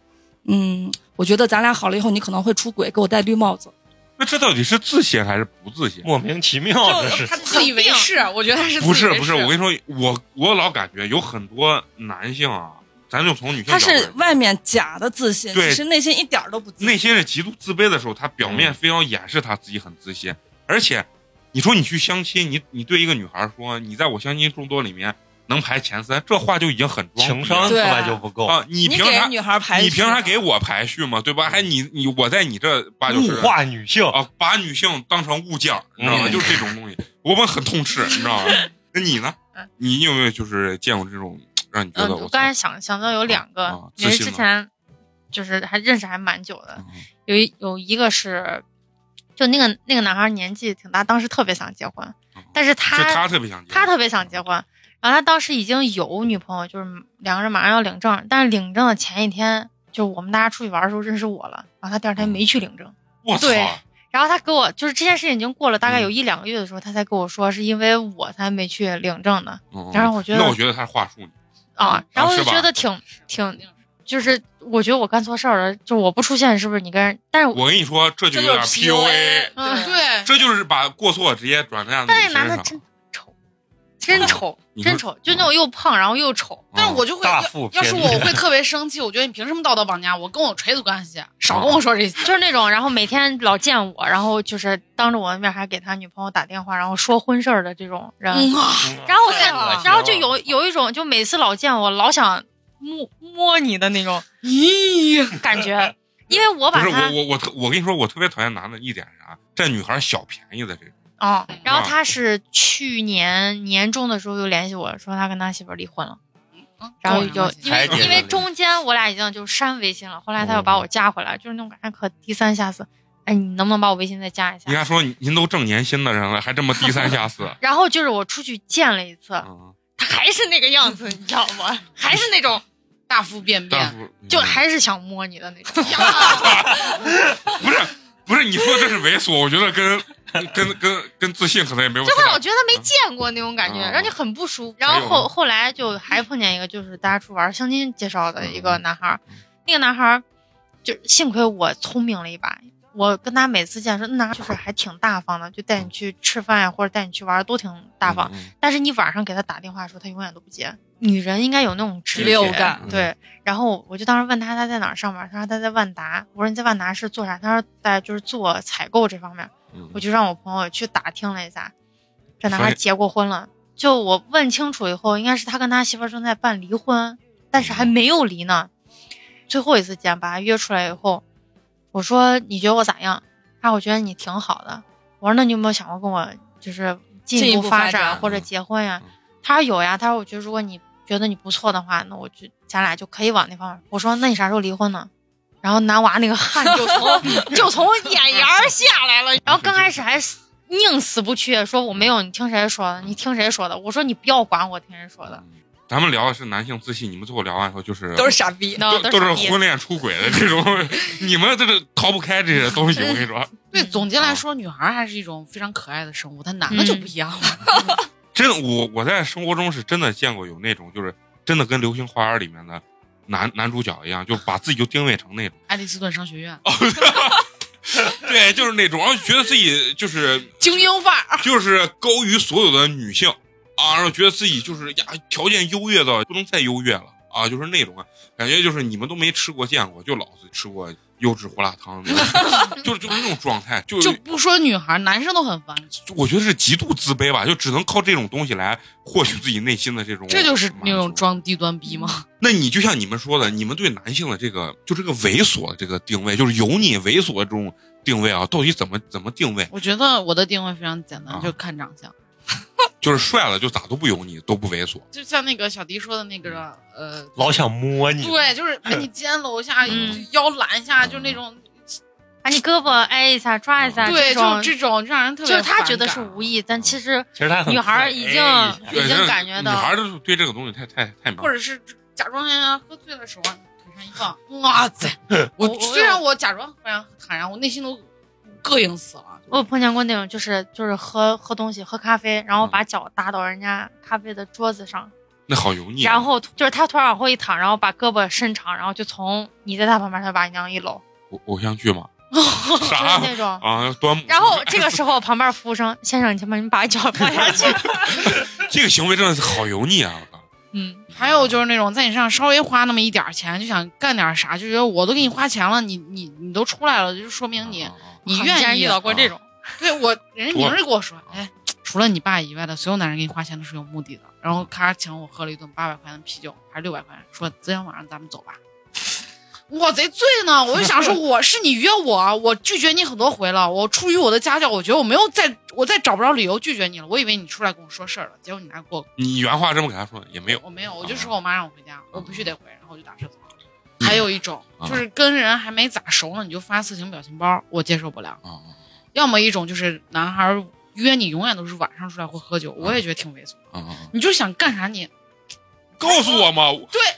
嗯，我觉得咱俩好了以后，你可能会出轨，给我戴绿帽哦子。那这到底是自信还是不自信？莫名其妙这。就是他自以为病是，我觉得他是不自以是为不是，是，我跟你说，我我老感觉有很多男性啊，咱就从女性他角度来是说，外面假的自信，对其实内心一点儿都不自内信。心是极度自卑的时候，他表面非要掩饰他自己很自信，而且你说你去相亲，你你对一个女孩说你在我相亲众多里面能排前三，这话就已经很装逼了情商出对啊来就不够，啊！你你凭给啥人女孩排，你凭啥给？我排序嘛？对吧？还你你我在你这八九十物化女性。啊，把女性当成物件儿，你知道吗？嗯就是这种东西，我们很痛斥，你知道 吗？那你呢嗯？你有没有就是见过这种让你觉嗯，得我我刚才操？想想到有两啊个，自也是信之吗前就是还认识还蛮久的，嗯有一有一个是，就那个那个男孩年纪挺大，当时特别想结婚嗯，但是是他他特别想结婚，他特别想结婚，然后他当时已经有女朋友，就是两个人马上要领证，但是领证的前一天，就是我们大家出去玩的时候认识我了，然后他第二天没去领证。我操！对然后他给我就是这件事情已经过了大概有一两个月的时候，他才跟我说是因为我才没去领证的嗯然后我觉得那我觉得他是话术，啊，然后我就是吧觉得挺挺就是我觉得我干错事儿了，就我不出现是不是你跟人？但是我我跟你说，这就这有就点是 PUA， PUA，对嗯对，这就是把过错直接转嫁到但那你哎个嗯身男的上。哦真丑，真丑，你说真丑，就那种又胖然后又丑。嗯但是我就会大要腹要便是我，我会特别生气。我觉得你凭什么道德绑架我？跟我锤子关系？少啊跟我说这些。就是那种，然后每天老见我，然后就是当着我的面还给他女朋友打电话，然后说婚事儿的这种人。嗯啊，然后我太看恶心，然后就有有一种，就每次老见我，老想摸摸你的那种咦，感觉，因为我不把是他我，我我特我跟你说，我特别讨厌男的一点是啥？占女孩小便宜的这种。哦，然啊后他是去年年中的时候又联系我说他跟他媳妇儿离婚了，嗯然后就因为裁决因为了中间我俩已经就删微信了，后来他又把我加回来，就是那种感觉可低三下四，哎，你能不能把我微信再加一人家下？说您都挣年薪的人了，还这么低三下四。然后就是我出去见了一次，嗯，他还是那个样子，你知道 吗？还是那种大腹便大便，夫就还是想摸你的那种。不是不是，你说这是猥琐，我觉得跟 跟跟跟自信可能也没有太就会大老。觉得没见过那种感觉，嗯让你很不舒服。然后后后来就还碰见一个，就是大家出去玩相亲介绍的一个男孩儿嗯，那个男孩儿就幸亏我聪明了一把，我跟他每次见说，那就是还挺大方的，就带你去吃饭呀，或者带你去玩儿都挺大方。嗯但是你晚上给他打电话的时候，他永远都不接。女人应该有那种直第六觉感对。然后我就当时问他他在哪儿上班，他说他在万达。我说你在万达是做啥？他说在就是做采购这方面。嗯我就让我朋友去打听了一下，这男所孩以结过婚了。就我问清楚以后，应该是他跟他媳妇儿正在办离婚，但是还没有离呢。最后一次见，把他约出来以后，我说你觉得我咋样？他哎说我觉得你挺好的。我说那你有没有想过跟我就是进进一一步步发发展展或者结婚呀、嗯他说有呀，他说我觉得如果你觉得你不错的话，那我就咱俩就可以往那方面。我说那你啥时候离婚呢？然后男娃那个汗 就从就从眼沿儿下来了，然后刚开始还死宁死不屈，说我没有，你听谁说的？你听谁说的？我说你不要管我听谁说嗯的，咱们聊的是男性自信，你们最后聊完以后就是都是傻逼。那都都是傻逼婚恋出轨的这 种，你们这个逃不开这些东西。我跟你说，对，嗯总结哦来说，女孩还是一种非常可爱的生物，但男的就不一样了。真的，我我在生活中是真的见过有那种就是真的跟《流星花园》里面的男男主角一样，就把自己就定位成那种。爱丽斯顿商学院，哦对，就是那种，然后觉得自己就是精英范儿，就是高于所有的女性啊，然后觉得自己就是呀条件优越到不能再优越了啊，就是那种啊感觉，就是你们都没吃过见过，就老子吃过优质胡辣汤，就是就是那种 状态，就就不说女孩，男生都很烦。我觉得是极度自卑吧，就只能靠这种东西来获取自己内心的这种，这就是那种。装低端逼嗯吗？那你就像你们说的，你们对男性的这个就这个猥琐这个定位，就是油腻猥琐这种定位啊，到底怎么怎么定位？我觉得我的定位非常简啊单，就看长相。就是帅了就咋都不油腻，都不猥琐。就像那个小迪说的那个，嗯呃，老想摸你，对，就是把你肩搂一下，嗯腰揽一下，就那种，把你胳膊挨一下抓一下，嗯对，嗯啊种就这种让人特就别是反感。他觉得是无意，但其实其实他嗯很女孩儿已经哎已经感觉女到孩儿对这个东西太太太敏或感。者是假装喝醉了手往腿上一放，哇 塞！我虽然我假装非常坦然，我内心都膈应死了。我有碰见过那种，就是就是喝喝东西喝咖啡，然后嗯把脚搭到人家咖啡的桌子上，那好油腻啊。然后就是他突然往后一躺，然后把胳膊伸长，然后就从你在他旁边，他把你那样一搂，偶偶像剧嘛， 就啥是那种。啊端木。然后这个时候，旁边服务生先生，请把你把脚放下去。 这个行为真的是好油腻啊！我靠，嗯，还有就是那种在你身上稍微花那么一点儿钱，就想干点啥，就觉得我都给你花钱了，你你你都出来了，就说明你啊啊啊你好竟愿然意遇。到过这种，对我，人家明儿就跟我说，哎，除了你爸以外的所有男人给你花钱都是有目的的。然后咔请我喝了一顿八百块钱的啤酒，还是六百块钱，说昨天晚上咱们走吧。我贼醉呢，我就想说我是你约我，啊我拒绝你很多回了，我出于我的家教，我觉得我没有再我再找不着理由拒绝你了，我以为你出来跟我说事儿了，结果你来给我，你原话这么给他说也没有我没有，我就说我妈让我回家，我必须得回，然后我就打车走了。还有一种就是跟人还没咋熟呢，你就发色情表情包，我接受不了。啊，要么一种就是男孩儿约你永远都是晚上出来会喝酒，我也觉得挺猥琐。啊啊啊！你就想干啥你告诉我嘛，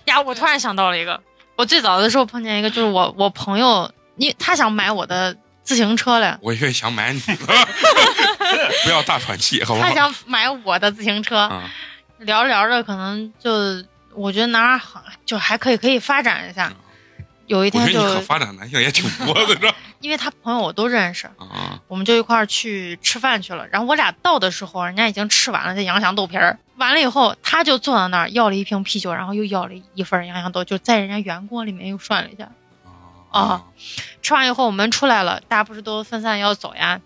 呀，我突然想到了一个，我最早的时候碰见一个，就是我我朋友，你他想买我的自行车嘞，我越想买你 了，不要大喘气，好不好他？想买我的自行车，啊，聊着聊着可能就我觉得哪儿好，就还可以可以发展一下。有一我觉天得你可就发展男性也挺多的，这因为他朋友我都认识，啊我们就一块儿去吃饭去了。然后我俩到的时候，人家已经吃完了这洋翔豆皮儿，完了以后，他就坐到那儿要了一瓶啤酒，然后又要了一份洋洋豆，就在人家圆锅里面又涮了一下。啊，吃完以后我们出来了，大家不是都分散要走呀？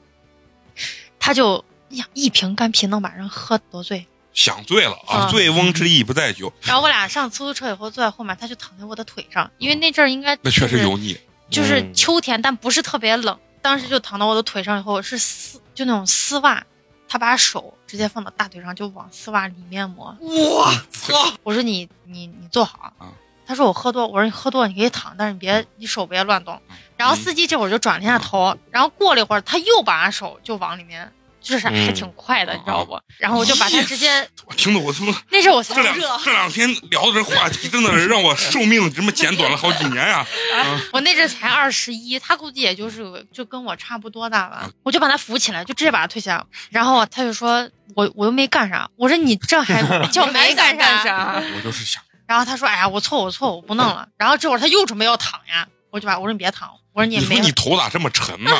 他就你想一瓶干啤能把人喝多醉，想醉了啊！啊醉翁之意不在酒，然后我俩上出租车以后坐在后面，他就躺在我的腿上，因为那阵儿应该哦那确就实是油腻。就是嗯秋天，但不是特别冷。当时就躺到我的腿上以后，是丝，就那种丝袜，他把手直接放到大腿上，就往丝袜里面磨。我操！我说你你你坐好嗯啊。嗯他说我喝多，我说你喝多了你可以躺，但是你别你手别乱动。然后司机这会儿就转了一下头，然后过了一会儿他又把手就往里面，就是还嗯挺快的，你知道不啊？然后我就把他直接，我听得我他妈那是我才这两热，这两天聊的这话题，真的是让我寿命这么减短了好几年呀！ 我那阵才二十一，他估计也就是就跟我差不多大吧，我就把他扶起来，就直接把他推下来。然后他就说我我又没干啥，我说你 这还叫没干啥？啥？ 我就是想，然后他说哎呀我错我错我不弄了。然后这会儿他又准备要躺呀，我就把我说你别躺，我说你你也说没你头咋这么沉呢？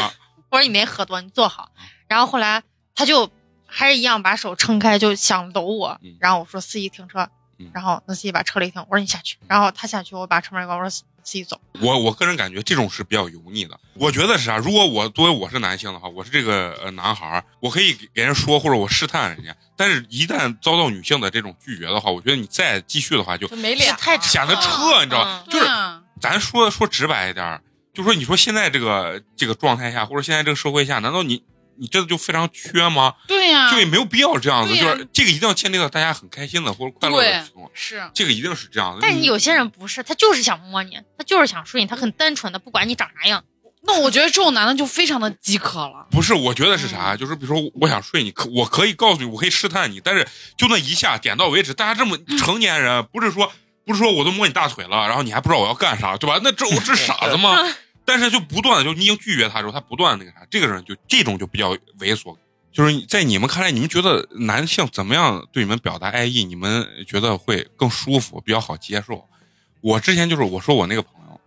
我说你没喝多，你坐好。然后后来他就还是一样把手撑开，就想搂我嗯。然后我说司机停车嗯，然后那司机把车里停，我说你下去。然后他下去，我把车门一关，我说司机走。我我个人感觉这种是比较油腻的。我觉得是啊啥？如果我作为我是男性的话，我是这个呃男孩儿，我可以给人说或者我试探人家，但是一旦遭到女性的这种拒绝的话，我觉得你再继续的话就就没脸这太了扯显得啊撤，你知道吧？嗯就是对啊咱说说直白一点儿，就说你说现在这个这个状态下，或者现在这个社会下，难道你你真的就非常缺吗？对呀、就也没有必要这样子，啊对就呀是这个一定要建立到大家很开心的或者快乐的对情况，是这个一定是这样的。但是有些人不是，他就是想摸你，他就是想睡你，他很单纯的，不管你长啥样。那我觉得这种男的就非常的饥渴了。不是，我觉得是啥？就是比如说，我想睡你，可我可以告诉你，我可以试探你，但是就那一下，点到为止。大家这么成年人，不是说不是说我都摸你大腿了，然后你还不知道我要干啥，对吧？那这我这是傻子吗？但是就不断的，就你已经拒绝他之后，他不断的那个啥，这个人就这种就比较猥琐。就是你在你们看来，你们觉得男性怎么样对你们表达爱意，你们觉得会更舒服，比较好接受？我之前就是我说我那个朋友，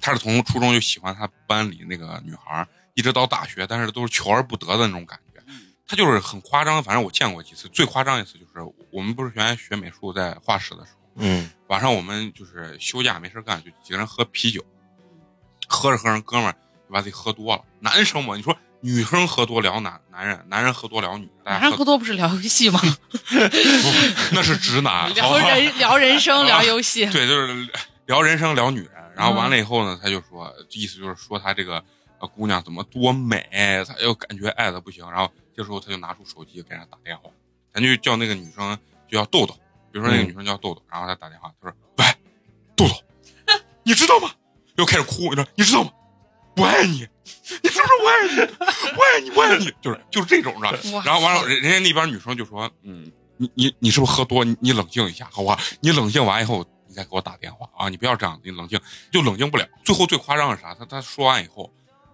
他是从初中就喜欢他班里那个女孩儿，一直到大学，但是都是求而不得的那种感觉。他就是很夸张，反正我见过几次，最夸张一次就是我们不是原来学美术在画室的时候，嗯晚上我们就是休假没事干，就几个人喝啤酒，喝着喝着，哥们儿就把自己喝多了。男生嘛，你说女生喝多聊男男人，男人喝多聊女，大家晚上喝喝多不是聊游戏吗？不那是直男，啊好聊吧？人聊人生，聊游戏。对，就是聊人生，聊女人。然后完了以后呢，他就说，意思就是说他这个呃姑娘怎么多美，他又感觉爱的不行。然后这时候他就拿出手机给人家打电话，咱就叫那个女生就叫豆豆，比如说那个女生叫豆豆，然后他打电话，他说：“喂，豆豆，你知道吗？”又开始哭，你说你知道吗？我爱你，你是不是我爱你？我爱你，我爱你，就是就是这种的。哇然后完了，人人家那边女生就说：“嗯，你你你是不是喝多？你你冷静一下，好吧？你冷静完以后，你再给我打电话啊！你不要这样，你冷静就冷静不了。最后最夸张的是啥？他他说完以后，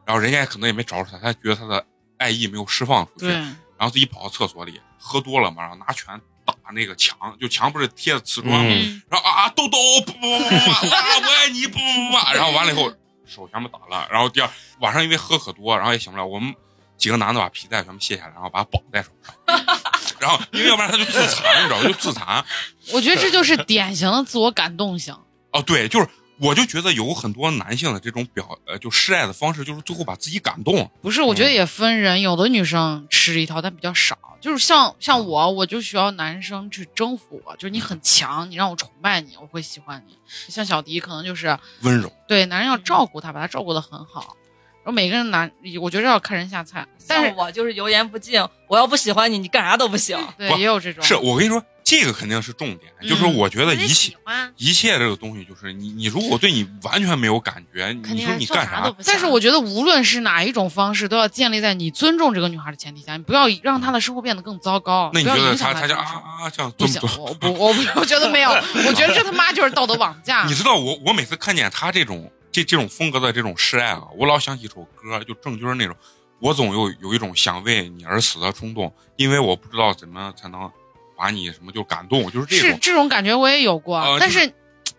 然后人家可能也没找着他，他觉得他的爱意没有释放出去，对然，后自己跑到厕所里，喝多了嘛，然后拿拳打那个墙，就墙不是贴着瓷砖吗？嗯然后啊啊，豆豆，不不不不不，哇，我爱你，不不不，然后完了以后手全部打烂，然后第二晚上因为喝可多，然后也醒不了，我们几个男的把皮带全部卸下来，然后把他绑在手上，然后因为要不然他就自残，你知道吗？就自残。我觉得这就是典型的自我感动型。哦，对，就是我就觉得有很多男性的这种表呃就示爱的方式，就是最后把自己感动了。不是，我觉得也分人，有的女生吃这一套，但比较少。就是像嗯像我，我就需要男生去征服我，就是你很强，你让我崇拜你，我会喜欢你。像小迪可能就是温柔，对男人要照顾他，把他照顾的很好。然后每个人男，我觉得要看人下菜，但像是我就是油盐不进，嗯我要不喜欢你，你干啥都不行。对不也有这种是我跟你说，这个肯定是重点，嗯就是我觉得我一就切喜欢，一切这个东西，就是你你如果对你完全没有感觉，肯你定说是你做干啥都啥？不行。但是我觉得，无论是哪一种方式，都要建立在你尊重这个女孩的前提下，你不要让她的生活变得更糟糕。那你不要觉得影响他他她的就人啊生啊啊这样不尊行不？我不，我不， 我觉 得没有，我觉得这他妈就是道德绑架。你知道我我每次看见他这种这这种风格的这种示爱啊，我老想起一首歌，就郑钧那种，我总有有一种想为你而死的冲动，因为我不知道怎么才能把你什么就感动，就是这是种，这种感觉我也有过，啊但就是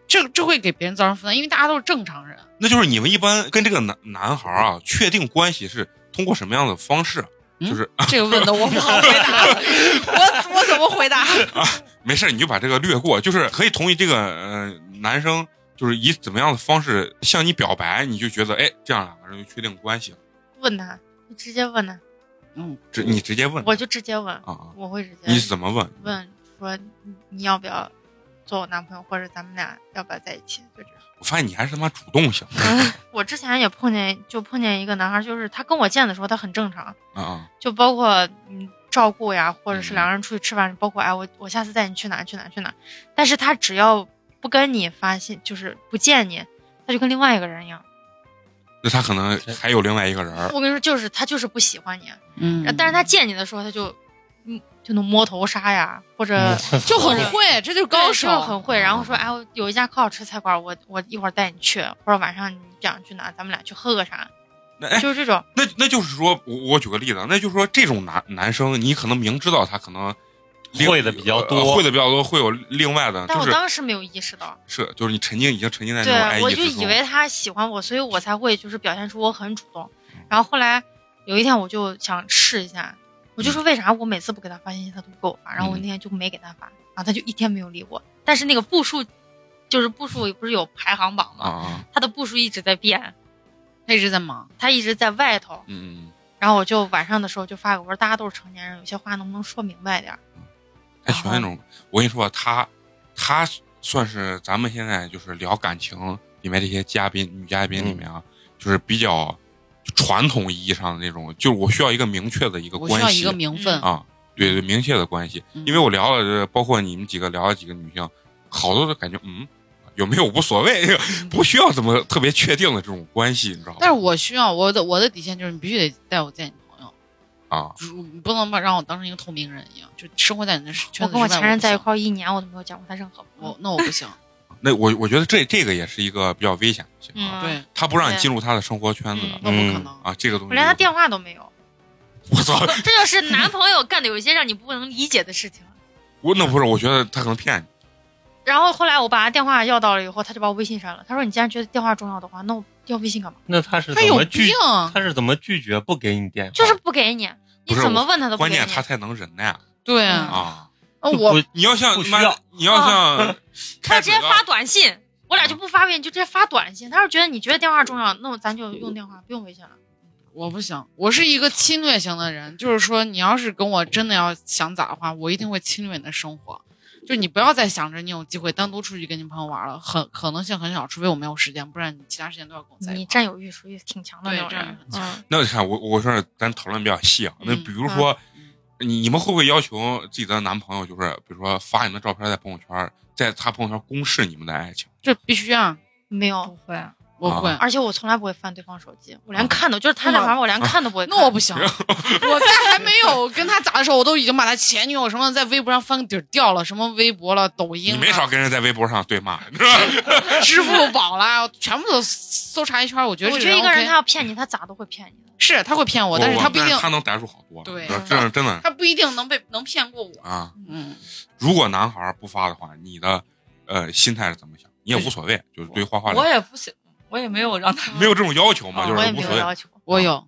这这会给别人造成负担，因为大家都是正常 人。那就是你们一般跟这个男男孩啊确定关系是通过什么样的方式？就是这个问的我不好回 答，我我怎么回答？没事儿，你就把这个略过，就是可以同意这个呃男生就是以怎么样的方式向你表白，你就觉得哎，这样两个人就确定关系了。问他，就直接问他，嗯，这你直接问我就直接问，啊啊，我会直接你怎么问？问说你你要不要做我男朋友，或者咱们俩要不要在一起？就这样。我发现你还是他妈主动型我之前也碰见，就碰见一个男孩，就是他跟我见的时候，他很正常，啊啊，就包括嗯照顾呀，或者是嗯两个人出去吃饭，包括哎我我下次带你去哪儿去哪儿去哪儿，但是他只要不跟你发信，就是不见你，他就跟另外一个人一样。那他可能还有另外一个人儿我跟你说，就是他就是不喜欢你，嗯但是他见你的时候，他就嗯就能摸头杀呀，或者嗯就很会，这就是高手 对，就是很会。然后说，哎，我有一家可好吃菜馆，我我一会儿带你去，或者晚上你想去哪，咱们俩去喝个啥，那哎，就是这种。那那就是说，我我举个例子，那就是说，这种男男生，你可能明知道他可能另会的比较多呃会的比较多，会有另外的，但就我是当时没有意识到，是就是你沉浸已经沉浸在那种爱对，意我之就中，以为他喜欢我，所以我才会就是表现出我很主动。然后后来有一天我就想试一下，我就说为啥我每次不给他发信息他都不给我发，然后我那天就没给他发，然后他就一天没有理我。但是那个步数，就是步数不是有排行榜啊吗？啊，他的步数一直在变，他一直在忙，他一直在外头。嗯，嗯然后我就晚上的时候就发给我说，大家都是成年人，有些话能不能说明白点儿？嗯他喜啊欢那种，我跟你说，他他算是咱们现在就是聊感情里面这些嘉宾女嘉宾里嗯面啊，就是比较传统意义上的那种，就是我需要一个明确的一个我关系，需要一个名分，嗯啊，对对，明确的关系。嗯因为我聊了这，包括你们几个聊了几个女性，好多都感觉嗯，有没有无所谓， 不需要怎么特别确定的这种关系，你知道吗？但是我需要我的我的底线就是你必须得带我见你朋友，啊，如你不能把让我当成一个透明人一样，就生活在你的圈我子跟我之外前任不在一行块儿一年，我都没有见过他任何朋我友。那我不行，那我我觉得这这个也是一个比较危险的事情啊，嗯，对，他不让你进入他的生活圈子的嗯那不可能。啊，这个东西我连他电话都没有。我操，这就是男朋友干的有一些让你不能理解的事情。我那不是，我觉得他可能骗你。然后后来我把他电话要到了以后，他就把我微信删了。他说：“你既然觉得电话重要的话，那我要微信干嘛那他是他怎有么拒病？啊，他是怎么拒绝不给你电话？？”就是不给你，不你是怎么问他都不关给你。键他才能忍耐对嗯啊，啊！那就我不你要像不需妈要，你要像啊 他直接开发始短信，我俩就不发微信，就直接发短信。他说：“觉得你觉得电话重要，那我咱就用电话，不用微信了。我不行，我是一个侵略型的人，就是说你要是跟我真的要想咋的话，我一定会侵略你的生活。就是你不要再想着你有机会单独出去跟你朋友玩了，很可能性很小，除非我没有时间，不然你其他时间都要跟我在一块儿。你占有欲属于挺强的那种嗯对占有人欲。嗯，那你看我我说咱讨论比较细啊，那嗯比如说，你你们会不会要求自己的男朋友，就是比如说发你们的照片在朋友圈，在他朋友圈公示你们的爱情？这必须啊，不没有，会，我啊会。而且我从来不会翻对方手机，我连啊看都就是他那玩意儿，我连看都不会看。那我不行，我在还没有跟他咋的时候，我都已经把他前女友什么在微博上翻个底儿掉了，什么微博了、抖音你了、没少跟人在微博上对骂，是 吧？支付宝啦，全部都搜查一圈儿。我觉得我这觉得一个 OK 人他要骗你，他咋都会骗你的。是他会骗我，但是我他不一定，他能逮住好多，对啊这是真的他不一定能被能骗过我。啊。嗯，如果男孩不发的话，你的呃心态是怎么想？你也无所谓，就是对花花我也不行，我也没有让他没有这种要求嘛，啊就是我也无没所有谓。要求。我 有，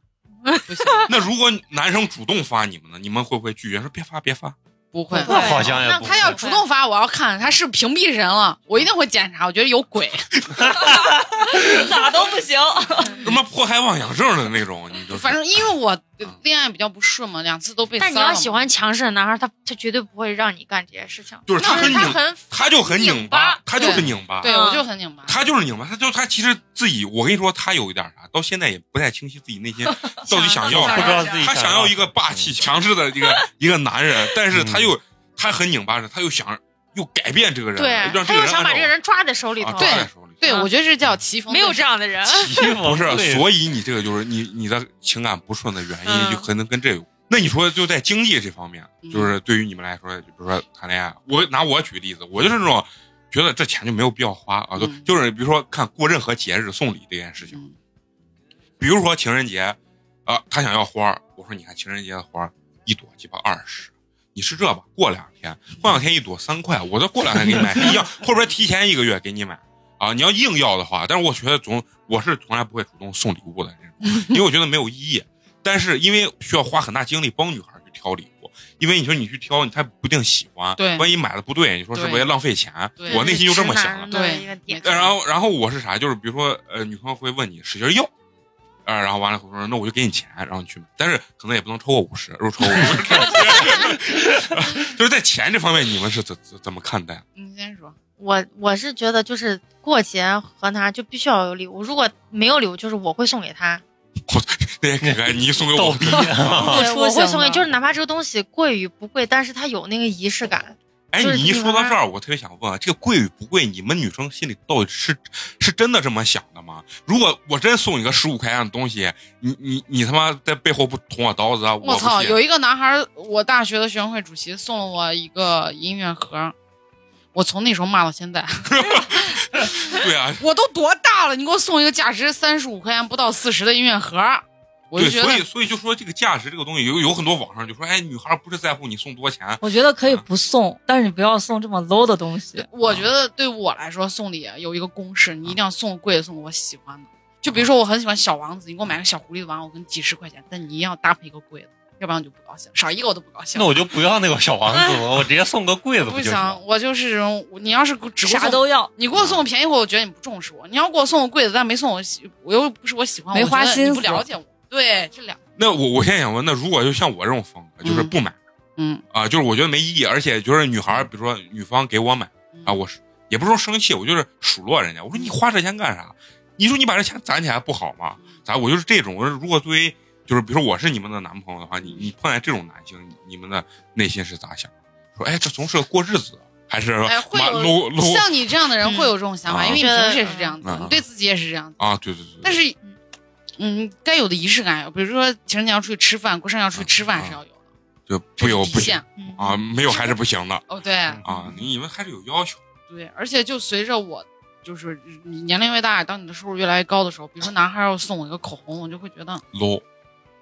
不行， 那如果男生主动发你们呢，你们会不会拒绝说别发别发？不会。不会好像也那不他要会主动发，我要看他是不是屏蔽人了，我一定会检查。我觉得有鬼， 咋都不行。什嗯么迫害妄想症的那种，你就是反正因为我恋爱比较不顺嘛，两次都被。但你要喜，欢强势的男孩，他他绝对不会让你干这些事情。就是那他我很他拧，很他就很拧巴拧巴，他就是拧巴，对嗯我就很拧巴。他就是拧巴，他就他其实自己，我跟你说，他有一点啥，到现在也不太清晰自己内 心到底想要什不知么。道自己他想要一个霸嗯气强势的一 个一个男人，但是他又他很拧巴着，他又想又改变这个人，对，啊啊让他这个又人想把按这照个人抓在手里啊抓头。对在手里。对，啊我觉得这叫棋逢没有对这样的人。欺负不是，对所以你这个就是你你的情感不顺的原因，嗯就可能跟这有。那你说就在经济这方面，嗯就是对于你们来说，比如说谈恋爱，我拿我举例子，我就是那种觉得这钱就没有必要花啊，就嗯就是比如说看过任何节日送礼这件事情，嗯比如说情人节，啊，他想要花儿，我说你看情人节的花儿一朵鸡巴二十，你是这吧？过两天，过两天一朵三块，我再过两天给你买一样，或者说提前一个月给你买啊。你要硬要的话，但是我觉得总我是从来不会主动送礼物的这种，因为我觉得没有意义。但是因为需要花很大精力帮女孩去挑礼物，因为你说你去挑，你她不一定喜欢，对万一买的不对，你说是不是对浪费钱对？ 我内心就这么想的。嗯对对但然后，然后我是啥？就是比如说，呃，女朋友会问你使劲要，啊、然后完了，我说那我就给你钱，然后你去买，但是可能也不能超过五十，如果超过五十，就是在钱 这方面，你们是怎怎怎么看待？你先说，我我是觉得就是过节和他就必须要有礼物，如果没有礼物，就是我会送给他，我 那你看你送给我逗，逼啊！不对，出我行会的送给，就是哪怕这个东西贵与不贵，但是它有那个仪式感。哎，就是你一女说到孩这儿，我特别想问，啊这个贵与不贵，你们女生心里到底是是真的这么想的吗？如果我真送你个十五块钱的东西，你你你他妈在背后不捅我刀子啊？我我操，不信有一个男孩儿，我大学的学生会主席送了我一个音乐盒，我从那时候骂到 现在，对啊，我都多大了，你给我送一个价值三十五块钱不到四十的音乐盒，我就对，觉得所以所以就说这个价值这个东西，有有很多网上就说，哎，女孩不是在乎你送多 钱， 我觉得可以不送，但是你不要送这么 low 的东西。我啊觉得对我来说，送礼有一个公式，你一定要送贵的，送我喜欢的。就啊比如说我很喜欢小王子，你给我买个小狐狸玩偶，我跟几十块钱，但你一定要搭配一个贵的，要不然我就不高兴，少一个我都不高兴。那我就不要那个小王子了，我直接送个柜子不就行想了？，我就是这种，你要是只给我啥送都要，你给我送便宜货，我觉得你不重视我；你要给我送贵的，但没送我喜，我又不是我喜欢，没我觉得花心你不思了解我。对，这两，那我我现在想问，那如果就像我这种风格，就是嗯不买嗯啊、就是我觉得没意义，而且就是女孩，比如说女方给我买嗯啊，我是也不是说生气，我就是数落人家，我说你花这钱干啥？你说你把这钱攒起来不好吗？咋？我就是这种，我说如果作为就是比如说我是你们的男朋友的话，你你碰见这种男性，你你们的内心是咋想的？说哎，这总是个过日子，还是哎会妈有 low low 像你这样的人会有这种想法，嗯因为你平时也是这样子，嗯你对自己也是这样子。啊？对对对，但是，嗯，该有的仪式感，比如说情人节要出去吃饭，过生日要出去吃啊饭是要有的，就这不是有底不行线。嗯啊，没有还是不行的哦，对啊，你们还是有要求。对，而且就随着我就是你年龄越大，当你的收入越来越高的时候，比如说男孩要送我一个口红，我就会觉得 low，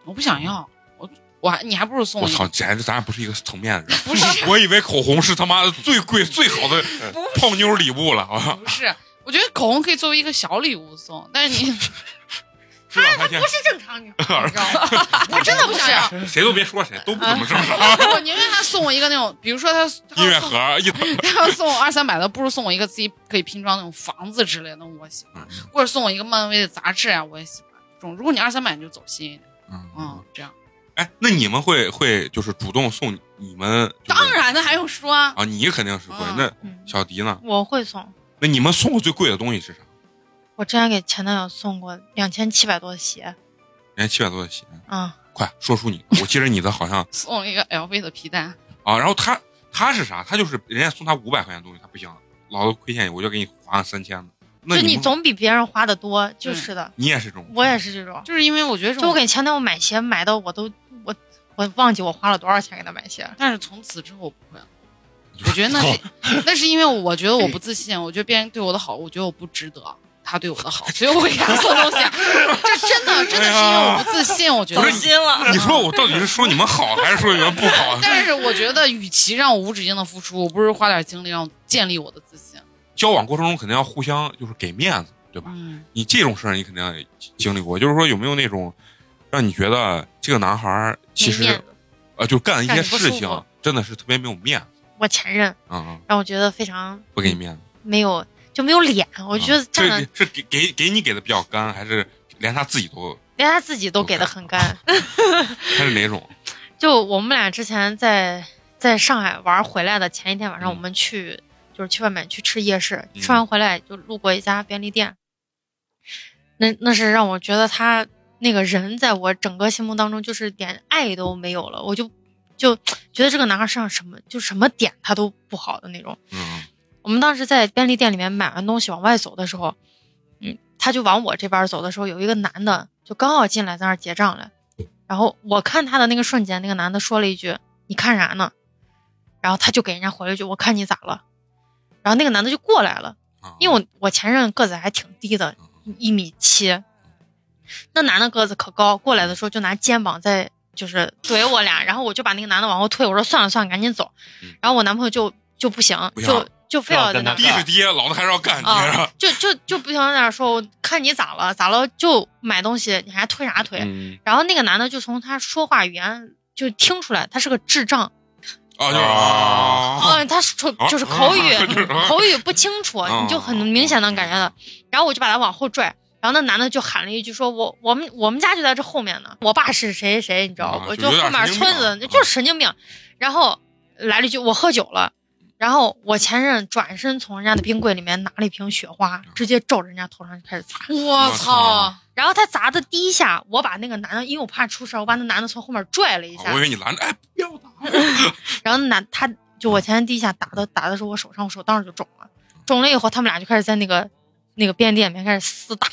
我不想要，我我还你还不如送嗯我一个操，简直咱俩不是一个层面的人。 不嗯是我以为口红是他妈的最贵最好的泡妞礼物了啊！不是，我觉得口红可以作为一个小礼物送，但 是你你这两块钱不是正常女 孩，知道吗？我真的不啊想 要，谁都别说谁，都不怎么正常。 我宁愿他送我一个那种，比如说他他音乐要送盒一 他要送我二三百的，不如送我一个自己可以拼装那种房子之类的，我喜欢；嗯或者送我一个漫威的杂志啊，我也喜欢。这种，如果你二三百，你就走心一点，嗯，嗯，这样。哎，那你们会会就是主动送你们？就是当然的，还用说啊？啊，你肯定是会。嗯那嗯小迪呢？我会送。那你们送过最贵的东西是啥？我之前给前男友送过两千七百多的鞋，人家七百多的鞋，啊、快说出你的！我记着你的好像送了一个 LV 的皮带，啊，然后他他是啥？他就是人家送他五百块钱的东西，他不行，老子亏欠你，我就给你还三千的。那就你你们总比别人花的多，就是的。你也是这种，我也是这种，就是因为我觉得这就我种，给前男友买鞋，买的我都我我忘记我花了多少钱给他买鞋。但是从此之后我不会了。我觉得那是 那是因为我觉得我不自信，我觉得别人对我的好，我觉得我不值得他对我的好，所以我给他送东西。 这真的真的是因为我不自哎信，我觉得？走心了。你说我到底是说你们好还是说你们不好但是我觉得，与其让我无止境的付出，我不如花点精力让我建立我的自信。交往过程中肯定要互相就是给面子，对吧？嗯，你这种事儿你肯定也经历过，就是说有没有那种让你觉得这个男孩儿其没面实子呃就干了一些让你不事舒情服真的是特别没有面子我前任啊、嗯，让我觉得非常不给你面子。没有就没有脸，我啊觉得嗯这站的是给给给你给的比较干，还是连他自己都连他自己都给的很 干。还是哪种？就我们俩之前在在上海玩回来的前一天晚上，嗯我们去就是去外面去吃夜市，嗯吃完回来就路过一家便利店，那那是让我觉得他那个人在我整个心目当中就是连爱都没有了，我就就觉得这个男孩身上什么就什么点他都不好的那种。嗯，我们当时在便利店里面买完东西往外走的时候，嗯，他就往我这边走的时候，有一个男的就刚好进来，在那儿结账来。然后我看他的那个瞬间，那个男的说了一句：“你看啥呢？”然后他就给人家回了一句：“我看你咋了。”然后那个男的就过来了，啊因为我我前任个子还挺低的，嗯一米七，那男的个子可高，过来的时候就拿肩膀在就是怼我俩，然后我就把那个男的往后退，我说算了算了，赶紧走嗯。然后我男朋友就就不行，不就想就非要在那啊儿非爹是爹，老子还是要干，你知道啊，就就就不停地在那儿说，我看你咋了咋了，就买东西，你还推啥推？嗯然后那个男的就从他说话语言就听出来他是个智障，啊，就是啊，啊，他说啊就是口语、啊就是啊口语不清楚，啊你就很明显能感觉到。然后我就把他往后拽，然后那男的就喊了一句说：“我我们我们家就在这后面呢，我爸是谁谁谁，你知道啊吧？我就有点后面神经病村子啊就是神经病。”然后来了一句：“我喝酒了。”然后我前任转身从人家的冰柜里面拿了一瓶雪哦花，直接照着人家头上就开始砸。我操！然后他砸的第一下，我把那个男的，因为我怕出事儿，我把那男的从后面拽了一下啊我以，为你拦着，哎，不要打，然后那他就我前任第一下打的打的是我手上，我手当时就肿了，肿了以后他们俩就开始在那个那个便利店里面开始厮打，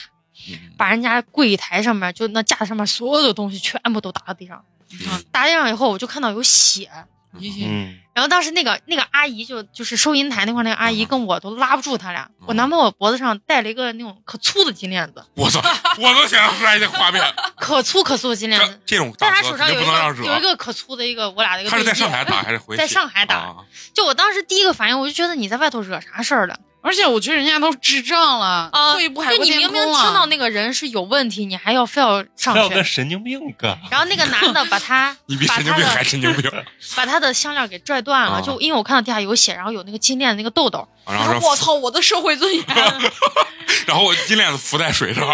嗯把人家柜台上面就那架子上面所有的东西全部都打到地上，嗯打地上以后我就看到有血，嗯，然后当时那个那个阿姨就就是收银台那块那个阿姨嗯跟我都拉不住他俩，嗯我男朋友脖子上戴了一个那种可粗的金链子，我操，我都想象出来这 画面，可粗可粗的金链这子。这种在大他哥手肯上定有不一能让个有惹。一个可粗的一个我俩的一个他是在对上戒海打还是回去？在上海打啊，就我当时第一个反应，我就觉得你在外头惹啥事儿了？而且我觉得人家都智障了，啊，退一步海就阔你天明空啊明了。听到那个人是有问题，你还要非要上还有跟学。神经病干，然后那个男的把他 你比把神经他病还的神经 病。把他的项链给拽断了，啊就因为我看到地下有血，然后有那个金链的那个痘痘，啊然后我说，操，我的社会尊 严！然后我金链子浮在水上，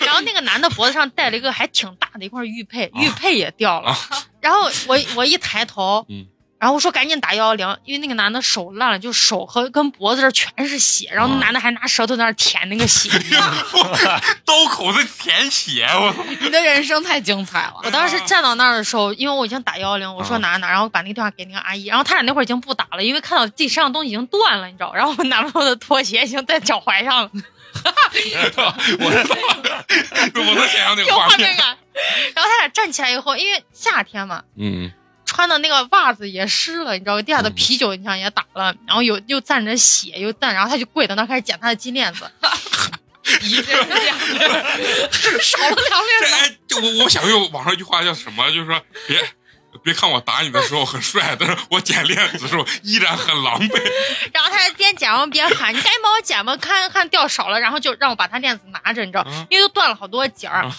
然后那个男的脖子上戴了一个还挺大的一块玉佩，啊玉佩也掉了啊。然后我我一抬头嗯，然后我说赶紧打幺幺零，因为那个男的手烂了，就手和跟脖子这儿全是血，然后那啊男的还拿舌头在那儿舔那个 血。刀口子舔血，我操！你的人生太精彩了。我当时站到那儿的时候，因为我已经打幺幺零，我说啊哪哪，然后把那个电话给那个阿姨，然后他俩那会儿已经不打了，因为看到自己身上东西已经断了，你知道，然后我男朋友的拖鞋已经在脚踝上了， 我能想象那个有 画画面面。感。然后他俩站起来以后，因为夏天嘛，嗯，穿的那个袜子也湿了，你知道，地下的啤酒你像也打了，然后有又沾着血又沾，然后他就跪到那儿开始捡他的金链子， 一个两个，少了 两这面呢。哎，这我我想用网上一句话叫什么？就是说别。别看我打你的时候很帅，但是我捡链子的时候依然很狼狈。然后他还边捡然后边喊：“你赶紧帮我捡吧，看看掉少了。”然后就让我把他链子拿着，你知道，嗯因为都断了好多节儿啊。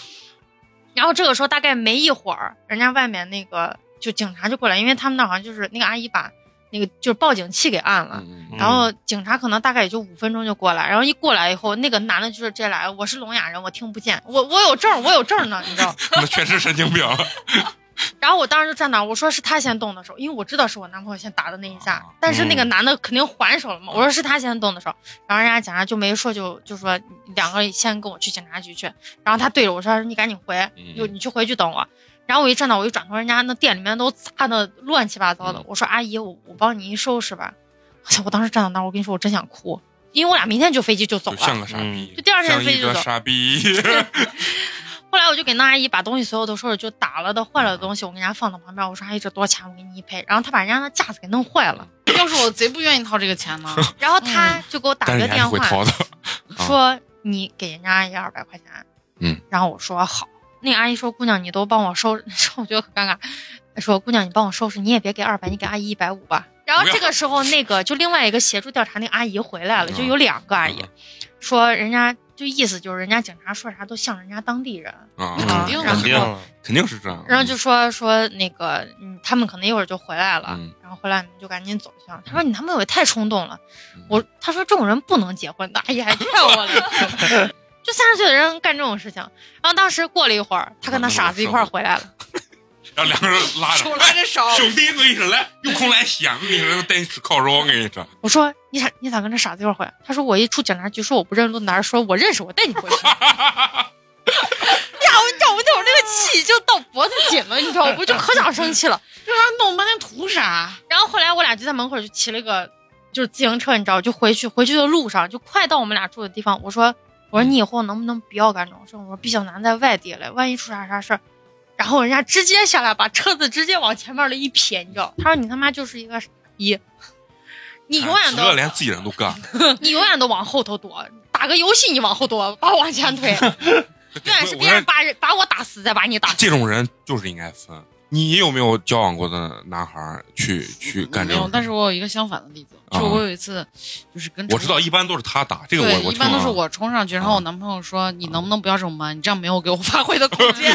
然后这个时候大概没一会儿，人家外面那个就警察就过来，因为他们那好像就是那个阿姨把那个就是报警器给按了。嗯然后警察可能大概也就五分钟就过来，然后一过来以后，那个男的就是这来，我是聋哑人，我听不见，我我有证，我有证呢，你知道？那确实神经病。然后我当时就站那儿，我说是他先动的手，因为我知道是我男朋友先打的那一哦下，但是那个男的肯定还手了嗯嘛。我说是他先动的手，然后人家警察就没说就，就说两个先跟我去警察局去。然后他对着我说：“你赶紧回，嗯就你去回去等我。”然后我一站那，我一转头，人家那店里面都砸的乱七八糟的嗯。我说：“阿姨，我我帮你收拾吧。”我操！我当时站到那儿，我跟你说，我真想哭，因为我俩明天就飞机就走就了，像个傻逼，就第二天像飞一机就个走。傻逼。后来我就给那阿姨把东西所有都收拾，就打了的、坏了的东西，我给人家放到旁边。我说：“阿姨，这多少钱？我给你一赔。”然后她把人家那架子给弄坏了，嗯要是我贼不愿意掏这个 钱呢？然后她就给我打但了是个你还是电会话，逃的。啊说：“你给人家阿姨二百块钱。”嗯，然后我说：“好。”那个阿姨说：“姑娘，你都帮我收拾。”我觉得很尴尬，说：“姑娘，你帮我收拾，你也别给二百，你给阿姨一百五吧。”嗯然后这个时候，那个就另外一个协助调查那个阿姨回来了，嗯就有两个阿姨，说人家就意思就是人家警察说啥都像人家当地人。啊，那肯啊定的然肯后定了肯定是这样。嗯然后就说说那个，嗯，他们可能一会儿就回来了，嗯然后回来你们就赶紧走一趟。他说你男朋友也太冲动了，我他说这种人不能结婚的，哎呀，还劝我了， 就三十岁的人干这种事情。然后当时过了一会儿，他跟他傻子一块儿回来了，然后两个人拉 着，手拉着手哎兄弟，我跟你说，来，有空来西安，我跟你说，我带你吃烤肉，我跟你说，我说你咋你咋跟这傻子一块儿回来？他说我一出警察局说我不认路哪儿，说我认识，我带你回去。 呀，我你知道我那会儿那个气已经到脖子紧了，你知道吗，我就可想生气了。这还弄半天图啥？然后后来我俩就在门口就骑了一个就是自行车，你知道，就回去回去的路上，就快到我们俩住的地方，我说我说你以后能不能不要干这种事儿？我说毕小楠在外地嘞，万一出啥啥事儿。然后人家直接下来把车子直接往前面的一撇，你知道？他说你他妈就是一个傻逼，你永远这都连自己人都干，你永远都往后头躲，打个游戏你往后躲，把我往前推，永远是别人把人把我打死再把你打死。这种人就是应该分，你有没有交往过的男孩儿去去干这没有种，事？但是我有一个相反的例子，啊就我有一次，就是跟我知道一般都是他打这个对我，我一般听都是了啊我冲上去，然后我男朋友说：“你能不能不要这么慢？你这样没有给我发挥的空间。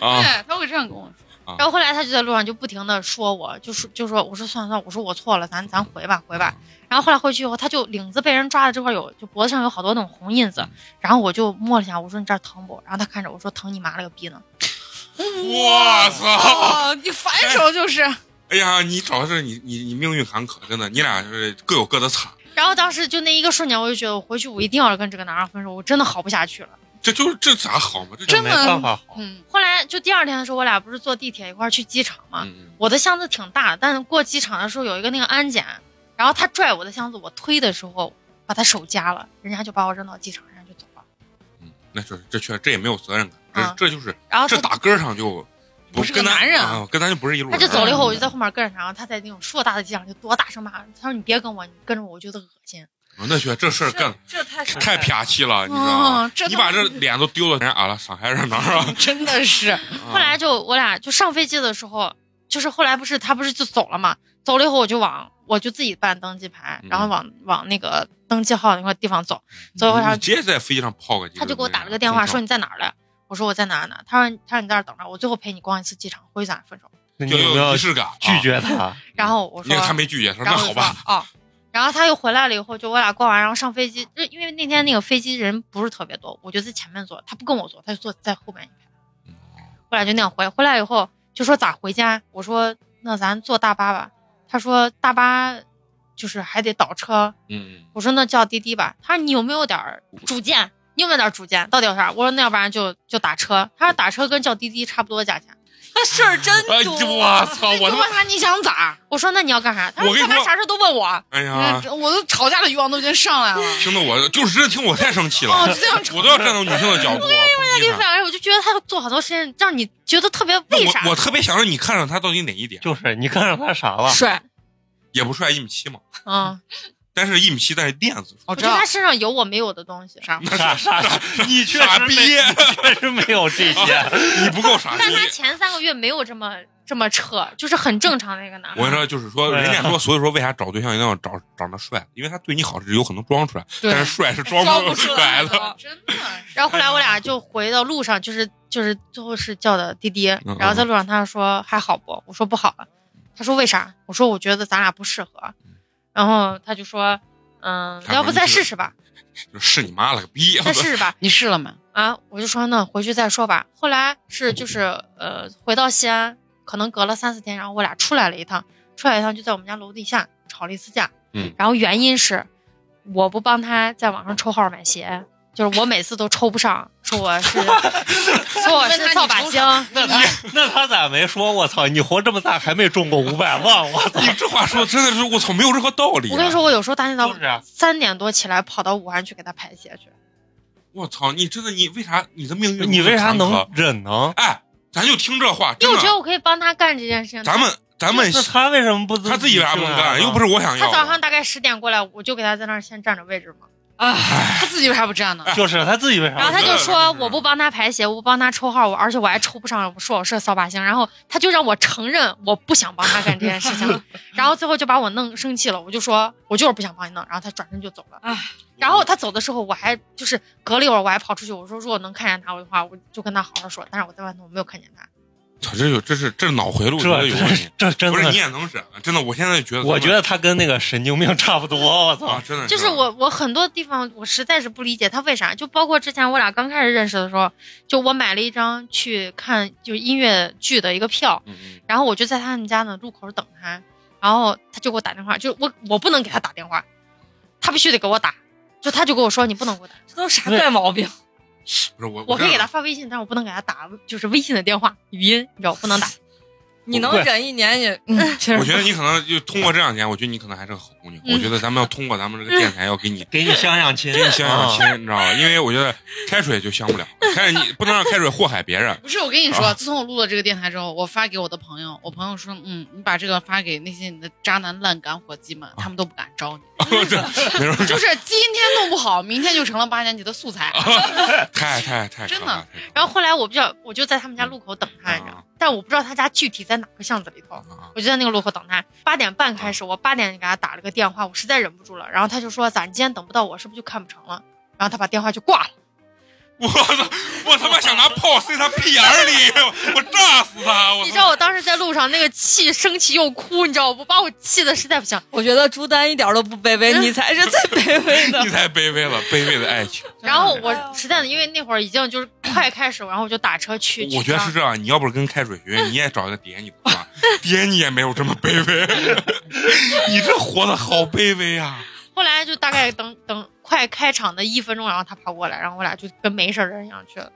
啊对，他会这样跟我说。然后后来他就在路上就不停的说我，就说就说我说算了算了，我说我错了，咱咱回吧回吧。然后后来回去以后，他就领子被人抓的这块有，就脖子上有好多那种红印子。然后我就摸了一下，我说你这儿疼不？然后他看着我说疼你妈了个逼呢。我操！哦，你反手就是， 哎呀，你主要是你你你命运坎坷，真的，你俩是各有各的惨，然后当时就那一个瞬间，我就觉得我回去我一定要跟这个男孩分手，我真的好不下去了。这就是这咋好嘛？这真没办的，法好。嗯，后来就第二天的时候，我俩不是坐地铁一块儿去机场嘛。嗯我的箱子挺大，但过机场的时候有一个那个安检，然后他拽我的箱子，我推的时候把他手夹了，人家就把我扔到机场，人家就走了。嗯，那就是这确这也没有责任感，这、啊这就是然后他这打根儿上就不是个跟咱男人啊，跟咱就不是一路他人。就走了以后，我就在后面跟着他，然后他在那种硕大的机场就多大声骂，他说你别跟我，你跟着我我觉得恶心。嗯那确这事儿干这太伤太人了啪气了，你知道吗？哦这你把这脸都丢到人家啊了上海人那儿啊？真的是，后后来就我俩就上飞机的时候，就是后来不是他不是就走了嘛，走了以后我就往我就自己办登机牌，嗯然后往往那个登记号那块地方走，走一会儿他你直接在飞机上泡个几个啊他钟就头，给我打了个电话，说你在哪儿嘞？我说我在哪儿呢？他说他说你在这儿等着，我最后陪你逛一次机场，回去咱俩分手。那你就有没有有仪式感，啊拒。绝他？然后我你说，看他没拒绝，他说然那后好我说吧，哦，然后他又回来了以后，就我俩逛完，然后上飞机，就因为那天那个飞机人不是特别多，我就在前面坐，他不跟我坐，他就坐在后面一嗯排。我俩就那样回，回来以后就说咋回家？我说那咱坐大巴吧。他说大巴就是还得倒车，嗯，我说那叫滴滴吧。他说你有没有点儿主见？你有没有点儿主见？到底有啥？我说那要不然就就打车。他说打车跟叫滴滴差不多价钱。那事儿真哎，多。我操，我他妈问，他你想咋？我说那你要干啥？他我说跟干你嘛说啥事都问我。哎呀，嗯我都吵架的欲望都已经上来了。听得我就是真的听我太生气了，哦这样吵我都要站到女性的角度。啊我 对，反正我就觉得他做好多事情让你觉得特别为啥我我特别想让你看上他到底哪一点，就是你看上他啥了？ 帅，也不帅，一米七嘛，嗯，但是一米七，但是链子粗，我我知觉得道他身上有我没有的东西。啥？傻傻傻，你确傻实逼啊没，你确实没有这些。你不够傻逼但。他前三个月没有这么这么扯，就是很正常的一个男我跟孩。你说，就是说，对啊人家说，所以说为啥找对象一定要找长得帅？因为他对你好是有可能装出来，对但是帅是装装不不出来的。的，哦真的是，然后后来我俩就回到路上，就是就是最后是叫的滴滴嗯，然后在路上他说还好不？我说不好了。啊他说为啥？我说我觉得咱俩不适合。然后他就说，嗯，嗯他要不说再你是试试吧，是你妈了个逼！啊再试试吧。你试了没？啊，我就说那回去再说吧。后来是就是呃，回到西安，可能隔了三四天，然后我俩出来了一趟，出来一趟就在我们家楼底下吵了一次架。嗯，然后原因是我不帮他在网上抽号买鞋，就是我每次都抽不上，说我是 说我是扫把星，那他 那他咋没说？我操！你活这么大还没中过五百万？我操！你这话说的真的是我操，没有任何道理。啊我跟你，说，我有时候大清早就是啊三点多起来跑到武汉去给他排鞋去。我操，你真的你为啥 你的命运你为啥如此坎坷能？忍呢？哎，咱就听这话，因真为我觉得的，我可以帮他干这件事情。咱们咱们那他为什么不他自己为啥不能干？又不是是我想要他的。早上大概十点过来，我就给他在那儿先占着位置嘛。 啊，他自己为啥不站呢？就是他自己为啥不然后干？他就我觉说得是我不帮他排鞋，我不帮他抽号，我而且我还抽不上，我说我是扫把星。然后他就让我承认我不想帮他干这件事情，然后最后就把我弄生气了。我就说我就是不想帮你弄，然后他转身就走了唉。然后他走的时候，我还就是隔了一会儿，我还跑出去，我说如果能看见他的话，我就跟他好好说。但是我在外头我没有看见他，操，这有这是这是脑回路，哎我觉得这有问题这。 这真不是的你，也能忍，啊真的，我现在就觉得咱们，我觉得他跟那个神经病差不多。我啊， 操！真的就是我我很多地方我实在是不理解他为啥，就包括之前我俩刚开始认识的时候，就我买了一张去看就音乐剧的一个票，嗯，嗯然后我就在他们家呢路口等他，然后他就给我打电话，就我我不能给他打电话，他必须得给我打，就他就跟我说你不能给我打，这都啥怪毛病？不是我，我可以给真的他发微信，但是我不能给他打，就是微信的电话语音，你知道我不能打。你能对忍一年也，嗯确我实觉得你可能就通过这两年，我觉得你可能还是个好姑嗯娘。我觉得咱们要通过咱们这个电台，要给你给你相相亲，给你相相亲，你知道吧？因为我觉得开水就相不了，但是你不能让开水祸害别人。不是，我跟你说，啊自从我录了这个电台之后，我发给我的朋友，我朋友说，嗯，你把这个发给那些你的渣男烂杆伙计啊们，他们都不敢招你，没人就是今天弄不好，明天就成了八年级的素材。太太太真可的怕了太可然后后哎来我比较，我就在他们家路口等他，怕你知道吗？了但我不知道他家具体在哪个巷子里头。啊啊我就在那个路口等他，八点半开始，我八点给他打了个电话，我实在忍不住了，然后他就说：“咋你今天等不到我，是不是就看不成了？”然后他把电话就挂了。我操！我他妈想拿炮塞他屁眼儿里， 我炸死他！我你知道我当时在路上那个气，生气又哭，你知道我不把我气的实在不行。我觉得朱丹一点都不卑微，你才是最卑微 的你。太卑微了， 卑微的爱情。然后嗯我实在的，因为那会儿已经就是快开始，然后我就打车去。我觉得是这这。样，你要不是跟开水 学，你也找一个点你的吧，点你也没有这么卑微。 你这活的好卑微啊！后来就大概等等快开场的一分钟，然后他跑过来，然后我俩就跟没事儿人一样去了。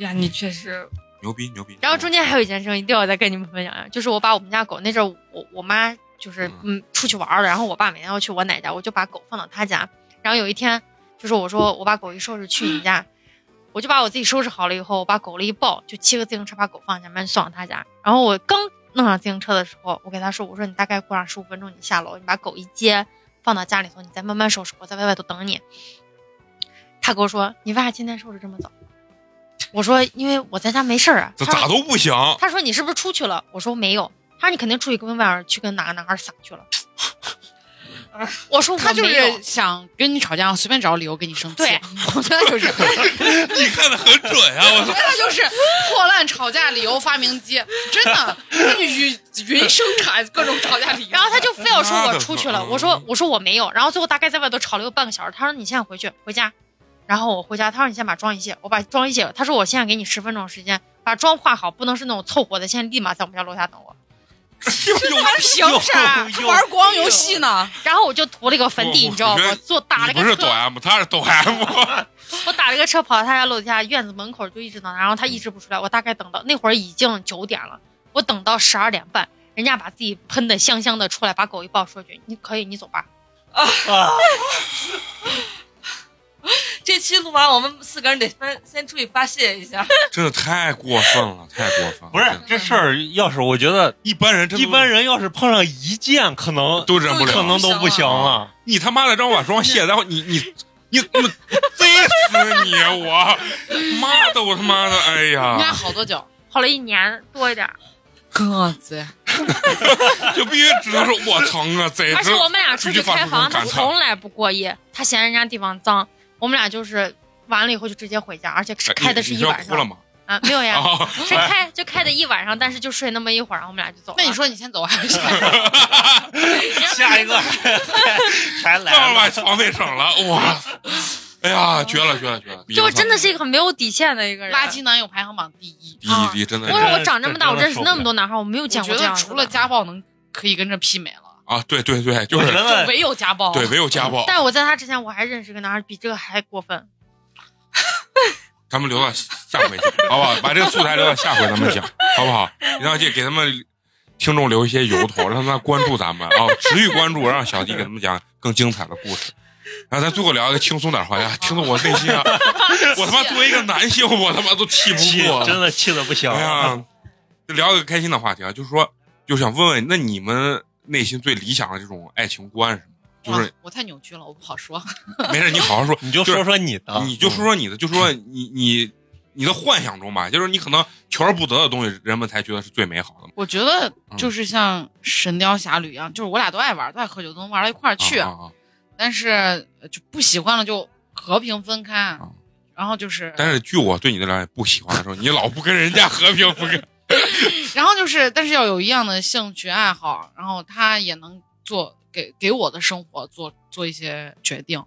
呀，你确实，牛逼牛逼！然后中间还有一件事情一定要再跟你们分享一下，就是我把我们家狗那阵儿，我我妈就是嗯出去玩儿了，然后我爸每天要去我奶家，我就把狗放到他家。然后有一天，就是我说我把狗一收拾去 你家，我就把我自己收拾好了以后，我把狗了一抱，就骑个自行车把狗放前面送到他家。然后我刚弄上自行车的时候，我给他说，我说你大概过上十五分钟你下楼，你把狗一接放到家里头，你再慢慢收拾，我在外外头等你。他跟我说：“你为啥今天收拾这么早？”我说：“因为我在家没事儿啊。”这他说咋都不行，他说你是不是出去了？我说没有。他说你肯定出去跟外面去跟哪个男孩撒去了。 我说我他就没有是想跟你吵架，随便找理由跟你生气。对，我觉得 就是，我你看的很准啊！我觉 操，得就是破烂吵架理由发明机，真的 云云生产各种吵架理由。然后他就非要说妈我的出去了，嗯我说我说我没有。然后最后大概在外头吵了有半个小时，他说你现在回去回家，然后我回家，他说你先把妆一卸，我把妆一卸，他说我现在给你十分钟时间把妆化好，不能是那种凑合的，现在立马在我们家楼下等我。他凭啥他玩光游戏哎呢，然后我就涂了一个粉底，我你知道我觉吗得？做打了你不是个抖车， M，他是抖 M。我打了个车跑到他家楼底下院子门口就一直等他，然后嗯他一直不出来。我大概等到那会儿已经九点了，我等到十二点半，人家把自己喷的香香的出来，把狗一抱，说句你可以，你走吧。这期录完，我们四个人得分先出去发泄一下。真的太过分了，太过分了！不是这事儿，要是我觉得一般人真的一都，般人要是碰上一件，可能都忍不了可能都不行了。你他妈的让我把妆卸，然后你你你你贼死你！啊我妈的，我他妈的，哎人家呀，好多脚。跑了一年多一点，个子，就必须只能说我疼啊，贼！而且我们俩出去开出去房，发出他去感叹从来不过夜，他嫌人家地方脏，我们俩就是完了以后就直接回家，而且哎开的是你一你要晚哭了上吗？啊，没有呀，啊，是开 就开的一晚上，但是就睡那么一会儿，然后我们俩就走了。那你说你先 走啊还是先？下一个还这样来把了，床费省了，哇！哎呀，绝了绝了绝了！就真的是一个很没有底线的一个人，垃圾男友排行榜第一，第一，第一哎真的我是啊说我长这么大，我认识那么多男孩，我没有我见觉过得这样子的除了哦家暴能可以跟这媲美了，啊，对对对，就我觉是就得唯有家暴。对，唯有家暴。但我在他之前，我还认识个男孩，比这个还过分。咱们留到下回讲， 好不好？把这个素材留到下回咱们讲，好不好？让这给他们听众留一些由头，让他们关注咱们啊，持续关注，让小迪给他们讲更精彩的故事。然后咱最后聊一个轻松点的话题，啊听得我内心啊，我他妈作为一个男性，我他妈都气气不过，真的气的不行。哎呀，就聊一个开心的话题啊，就是说，就想问问，那你们内心最理想的这种爱情观是什么？就哇我太扭曲了，我不好说。是没事，你好好说，你就说说你的，啊嗯你就说说你的，就说你你你的幻想中吧，就是你可能求而不得的东西，人们才觉得是最美好的嘛。我觉得嗯就是像《神雕侠侣》一样，就是我俩都爱玩，都爱喝酒，都能玩到一块儿去。啊啊啊！但是呃就不喜欢了就和平分开，啊然后就是，但是据我对你的了解，不喜欢的时候，你老不跟人家和平，不跟然后就是，但是要有一样的兴趣爱好，然后他也能做给给我的生活做做一些决定。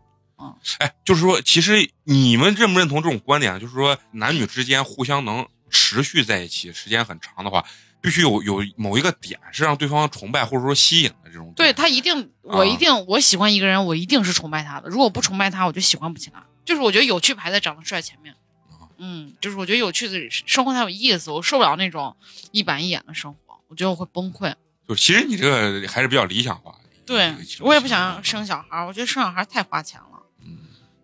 哎，就是说，其实你们认不认同这种观点啊？就是说，男女之间互相能持续在一起时间很长的话，必须有有某一个点是让对方崇拜或者说吸引的这种对点。他一定，我一定，我喜欢一个人，我一定是崇拜他的。如果不崇拜他，我就喜欢不起来。就是我觉得有趣排在长得帅前面啊。嗯，就是我觉得有趣的生活才有意思，我受不了那种一板一眼的生活，我觉得我会崩溃。就其实你这个还是比较理想化的。对这个情况我也不想生小孩儿，我觉得生小孩儿太花钱了。嗯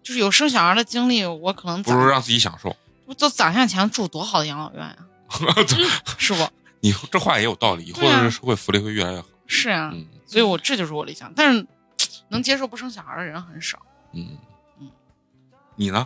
就是有生小孩儿的经历，我可能不如攒让自己享受。都攒下钱住多好的养老 院呀、是不？你这话也有道理，以后对啊的社会福利会越来越好。是啊，嗯所以我这就是我理想，但是能接受不生小孩的人很少。嗯嗯，你呢？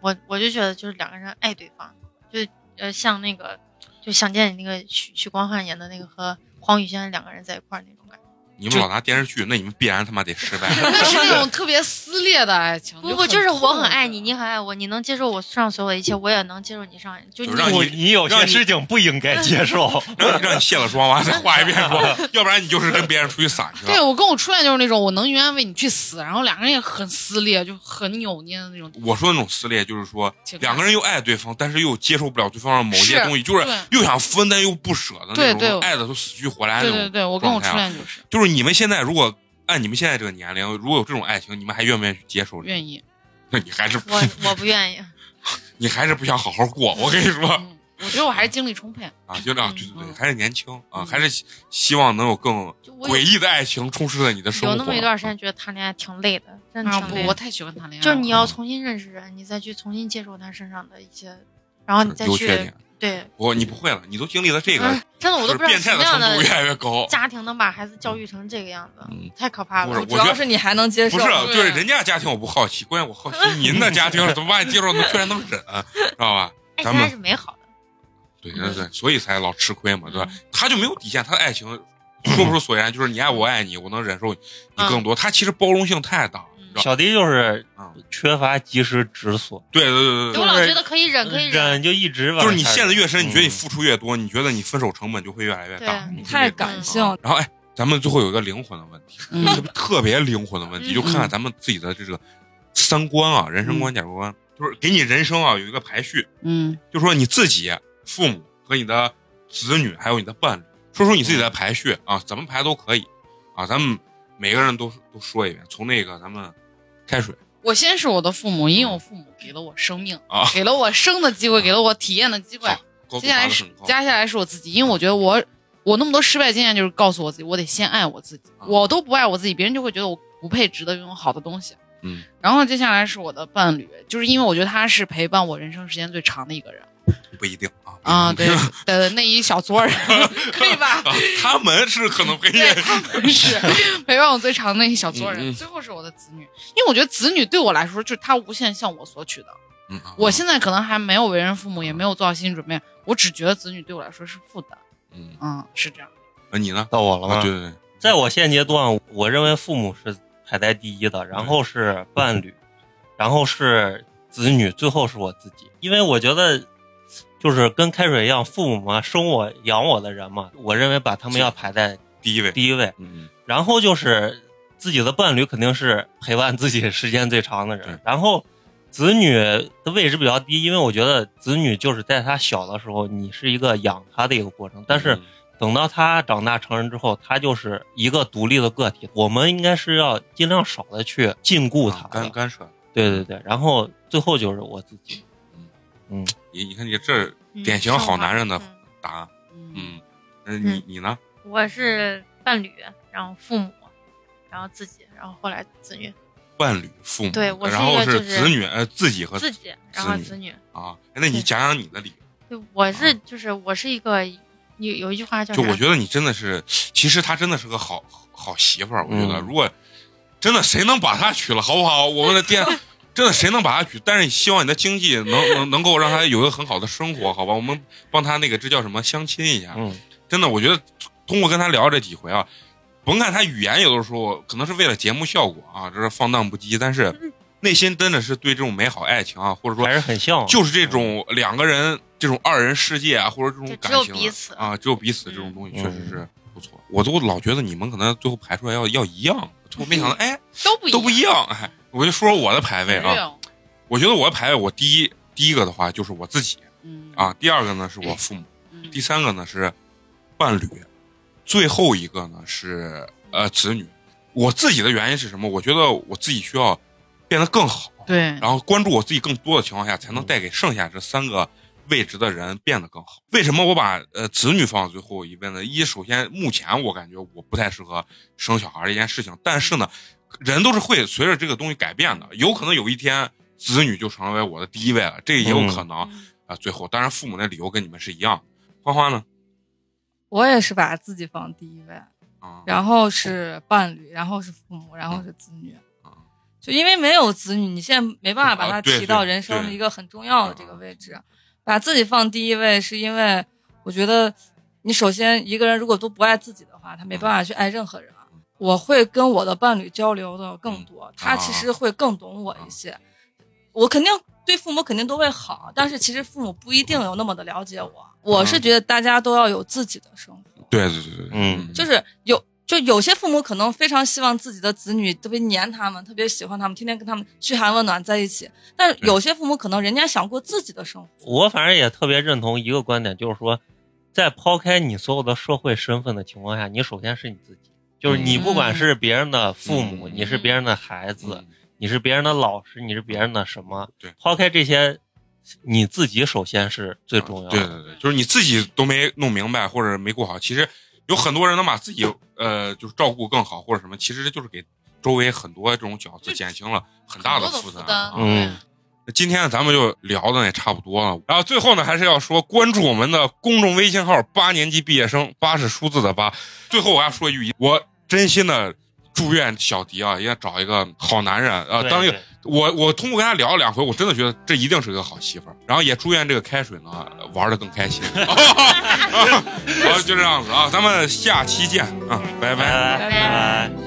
我我就觉得就是两个人爱对方，就呃像那个就《想见你》那个许许光汉演的那个和黄雨萱两个人在一块儿那种感觉。你们老拿电视剧，那你们必然他妈得 失败。 那是那种特别撕裂的爱情。不不，就是我很爱你，痛苦你很爱我，你能接受我上所有的一切，我也能接受你上，就就你让 不你啊你有些事情不应该接 受。让你让你卸了妆，完了再画一遍 妆，要不然你就是跟别人出去散去对了。我跟我初恋就是那种，我能永远为你去死，然后两个人也很撕裂，就很扭捏的那种。我说的那种撕裂，就是说情感两个人又爱对方，但是又接受不了对方的某些是东西，就是对又想分但又不舍的那对对种，爱的都死去活来那对种。对对，我跟我状态啊初恋就是就是你们现在如果按你们现在这个年龄，如果有这种爱情，你们还愿不愿意去接受？愿意。 那你还是不我我不愿意。你还是不想好好过。我跟你说嗯，我觉得我还是精力充沛。啊，就那样，对对对，嗯还是年轻啊，嗯还是希希望能有更就我有诡异的爱情充斥在你的生活。有那么一段时间觉得谈恋爱挺累的，真的啊挺不啊累，的。我太喜欢谈恋爱就了。是你要重新认识人，你再去重新接受他身上的一些，然后你再优去缺点，对，我你不会了，你都经历了这个，嗯，真的我就都是不知道变什态的么样程的度越来越高。家庭能把孩子教育成这个样子，嗯太可怕不是了。主我觉要得是你还能接受，不是，啊啊对就是人家家庭我不好奇，关键我好 奇您的家庭怎么把你接受能居然能忍，啊知道吧？爱咱情还们是美好的，对对对，所以才老吃亏嘛，对嗯吧？他就没有底线，他的爱情说不出所言，就是你爱我我爱你，我能忍受你嗯更多。他其实包容性太大，你知道吧？小迪就是嗯缺乏及时止损，对对对对我对老觉得可以忍，可以忍，忍就一直往对，就是下你陷得越深，嗯你觉得你付出越多，你觉得你分手成本就会越来越大。对你太感。感性了。然后哎，咱们最后有一个灵魂的问题，嗯特别特别灵魂的问题，嗯就看看咱们自己的这个三观啊、人生观、价值观，就是给你人生啊有一个排序，嗯，就说你自己、父母和你的子女，还有你的伴侣，说出你自己的排序啊，嗯怎么排都可以啊，咱们每个人都都说一遍，从那个咱们开水我先是我的父母，因为我父母给了我生命，啊，给了我生的机会，给了我体验的机会好。高度接下来拔得是很高，接下来是我自己，因为我觉得我我那么多失败经验，就是告诉我自己，我得先爱我自己。啊我都不爱我自己，别人就会觉得我不配值得拥有好的东西。嗯，然后接下来是我的伴侣，就是因为我觉得他是陪伴我人生时间最长的一个人不一定啊 啊，对的那一小撮人，可以吧？啊，他们是可能会 对，他们 是陪伴我最长的那一小撮人，嗯嗯最后是我的子女，因为我觉得子女对我来说就是他无限向我索取的。嗯啊我现在可能还没有为人父母，也没有做好心理准备，我只觉得子女对我来说是负担。嗯，嗯，是这样。啊你呢？到我了啊吗？对对对，在我现阶段，我认为父母是排在第一的，然后 是伴侣，然后是子女，最后是我自己。因为我觉得，就是跟开水一样，父母嘛，生我养我的人嘛，我认为把他们要排在第一位，第一位。嗯然后就是自己的伴侣肯定是陪伴自己时间最长的对人，然后子女的位置比较低，因为我觉得子女就是在他小的时候，你是一个养他的一个过程，但是。嗯等到他长大成人之后，他就是一个独立的个体。我们应该是要尽量少的去禁锢啊他的干干涉。对对对，然后最后就是我自己。你你看你这嗯典型好男人的升华答案，嗯嗯，那你嗯你呢？嗯我是伴侣，然后父母，然后自己，然后后来子女，伴侣、父母，对我是然后一个是就是子女，呃，自己和自己，然后子女。啊，哎那你对讲讲你的理由。对，我是就是我是一个有有一句话叫啊就啥？我觉得你真的是，其实她真的是个好好媳妇儿。我觉得嗯如果真的谁能把她娶了，好不好？我们的 店真的谁能把她娶？但是希望你的经济能能能够让她有一个很好的生活，好吧？我们帮她那个这叫什么相亲一下。嗯，真的，我觉得通过跟她聊这几回啊，甭看她语言有的时候可能是为了节目效果啊，这是放荡不羁，但嗯是内心真的是对这种美好爱情啊，或者说还是嗯很像，就是这种两个人这种二人世界啊，或者这种就感情只有啊彼此啊，只有彼此嗯这种东西确实是不错。我都老觉得你们可能最后排出来要要一样，我没想到嗯 哎都不一都不一样。样哎，我就说说我的排位啊， real 我觉得我的排位我第一第一个的话就是我自己嗯啊，第二个呢是我父母，嗯第三个呢是伴侣，最后一个呢是呃子女。我自己的原因是什么？我觉得我自己需要变得更好，嗯对，然后关注我自己更多的情况下，才能带给剩下这三个位置的人变得更好。为什么我把呃子女放到最后一位呢？一，首先目前我感觉我不太适合生小孩这件事情，但是呢，人都是会随着这个东西改变的，有可能有一天。子女就成为我的第一位了，这也有可能啊、嗯最后，当然父母那理由跟你们是一样。花花呢？我也是把自己放第一位，啊，然后是伴侣，然后是父母，然后是子女嗯。就因为没有子女，你现在没办法把啊它对提到对人生的对嗯一个很重要的这个位置。把自己放第一位，是因为我觉得你首先一个人如果都不爱自己的话，他嗯没办法去爱任何人啊。我会跟我的伴侣交流的嗯更多，他其啊实会更懂我一些。我肯定对父母肯定都会好，但是其实父母不一定有那么的了解我。我嗯是觉得大家都要有自己的生活。对对对对，嗯就是有就有些父母可能非常希望自己的子女特别黏他们，特别喜欢他们，天天跟他们嘘寒问暖在一起。但是有些父母可能人家想过自己的生活，我反正也特别认同一个观点，就是说，在抛开你所有的社会身份的情况下，你首先是你自己，就是你不管是别人的父母，嗯你是别人的孩子，嗯你是别人的老师，你是别人的什么？对抛开这些，你自己首先是最重要对的。对对，就是你自己都没弄明白或者没顾好，其实有很多人能把自己呃就是照顾更好或者什么，其实就是给周围很多这种角色就减轻了很大很多的负负担担啊。嗯，今天咱们就聊的也差不多了，然后最后呢，还是要说关注我们的公众微信号“八年级毕业生”，八是数字的八。最后我要说一句，我真心的祝愿小迪啊，也找一个好男人啊。对当一个对我我通过跟他聊了两回，我真的觉得这一定是个好媳妇儿。然后也祝愿这个开水呢玩的更开心。然后就这样子啊，咱们下期见啊，拜拜拜拜拜拜。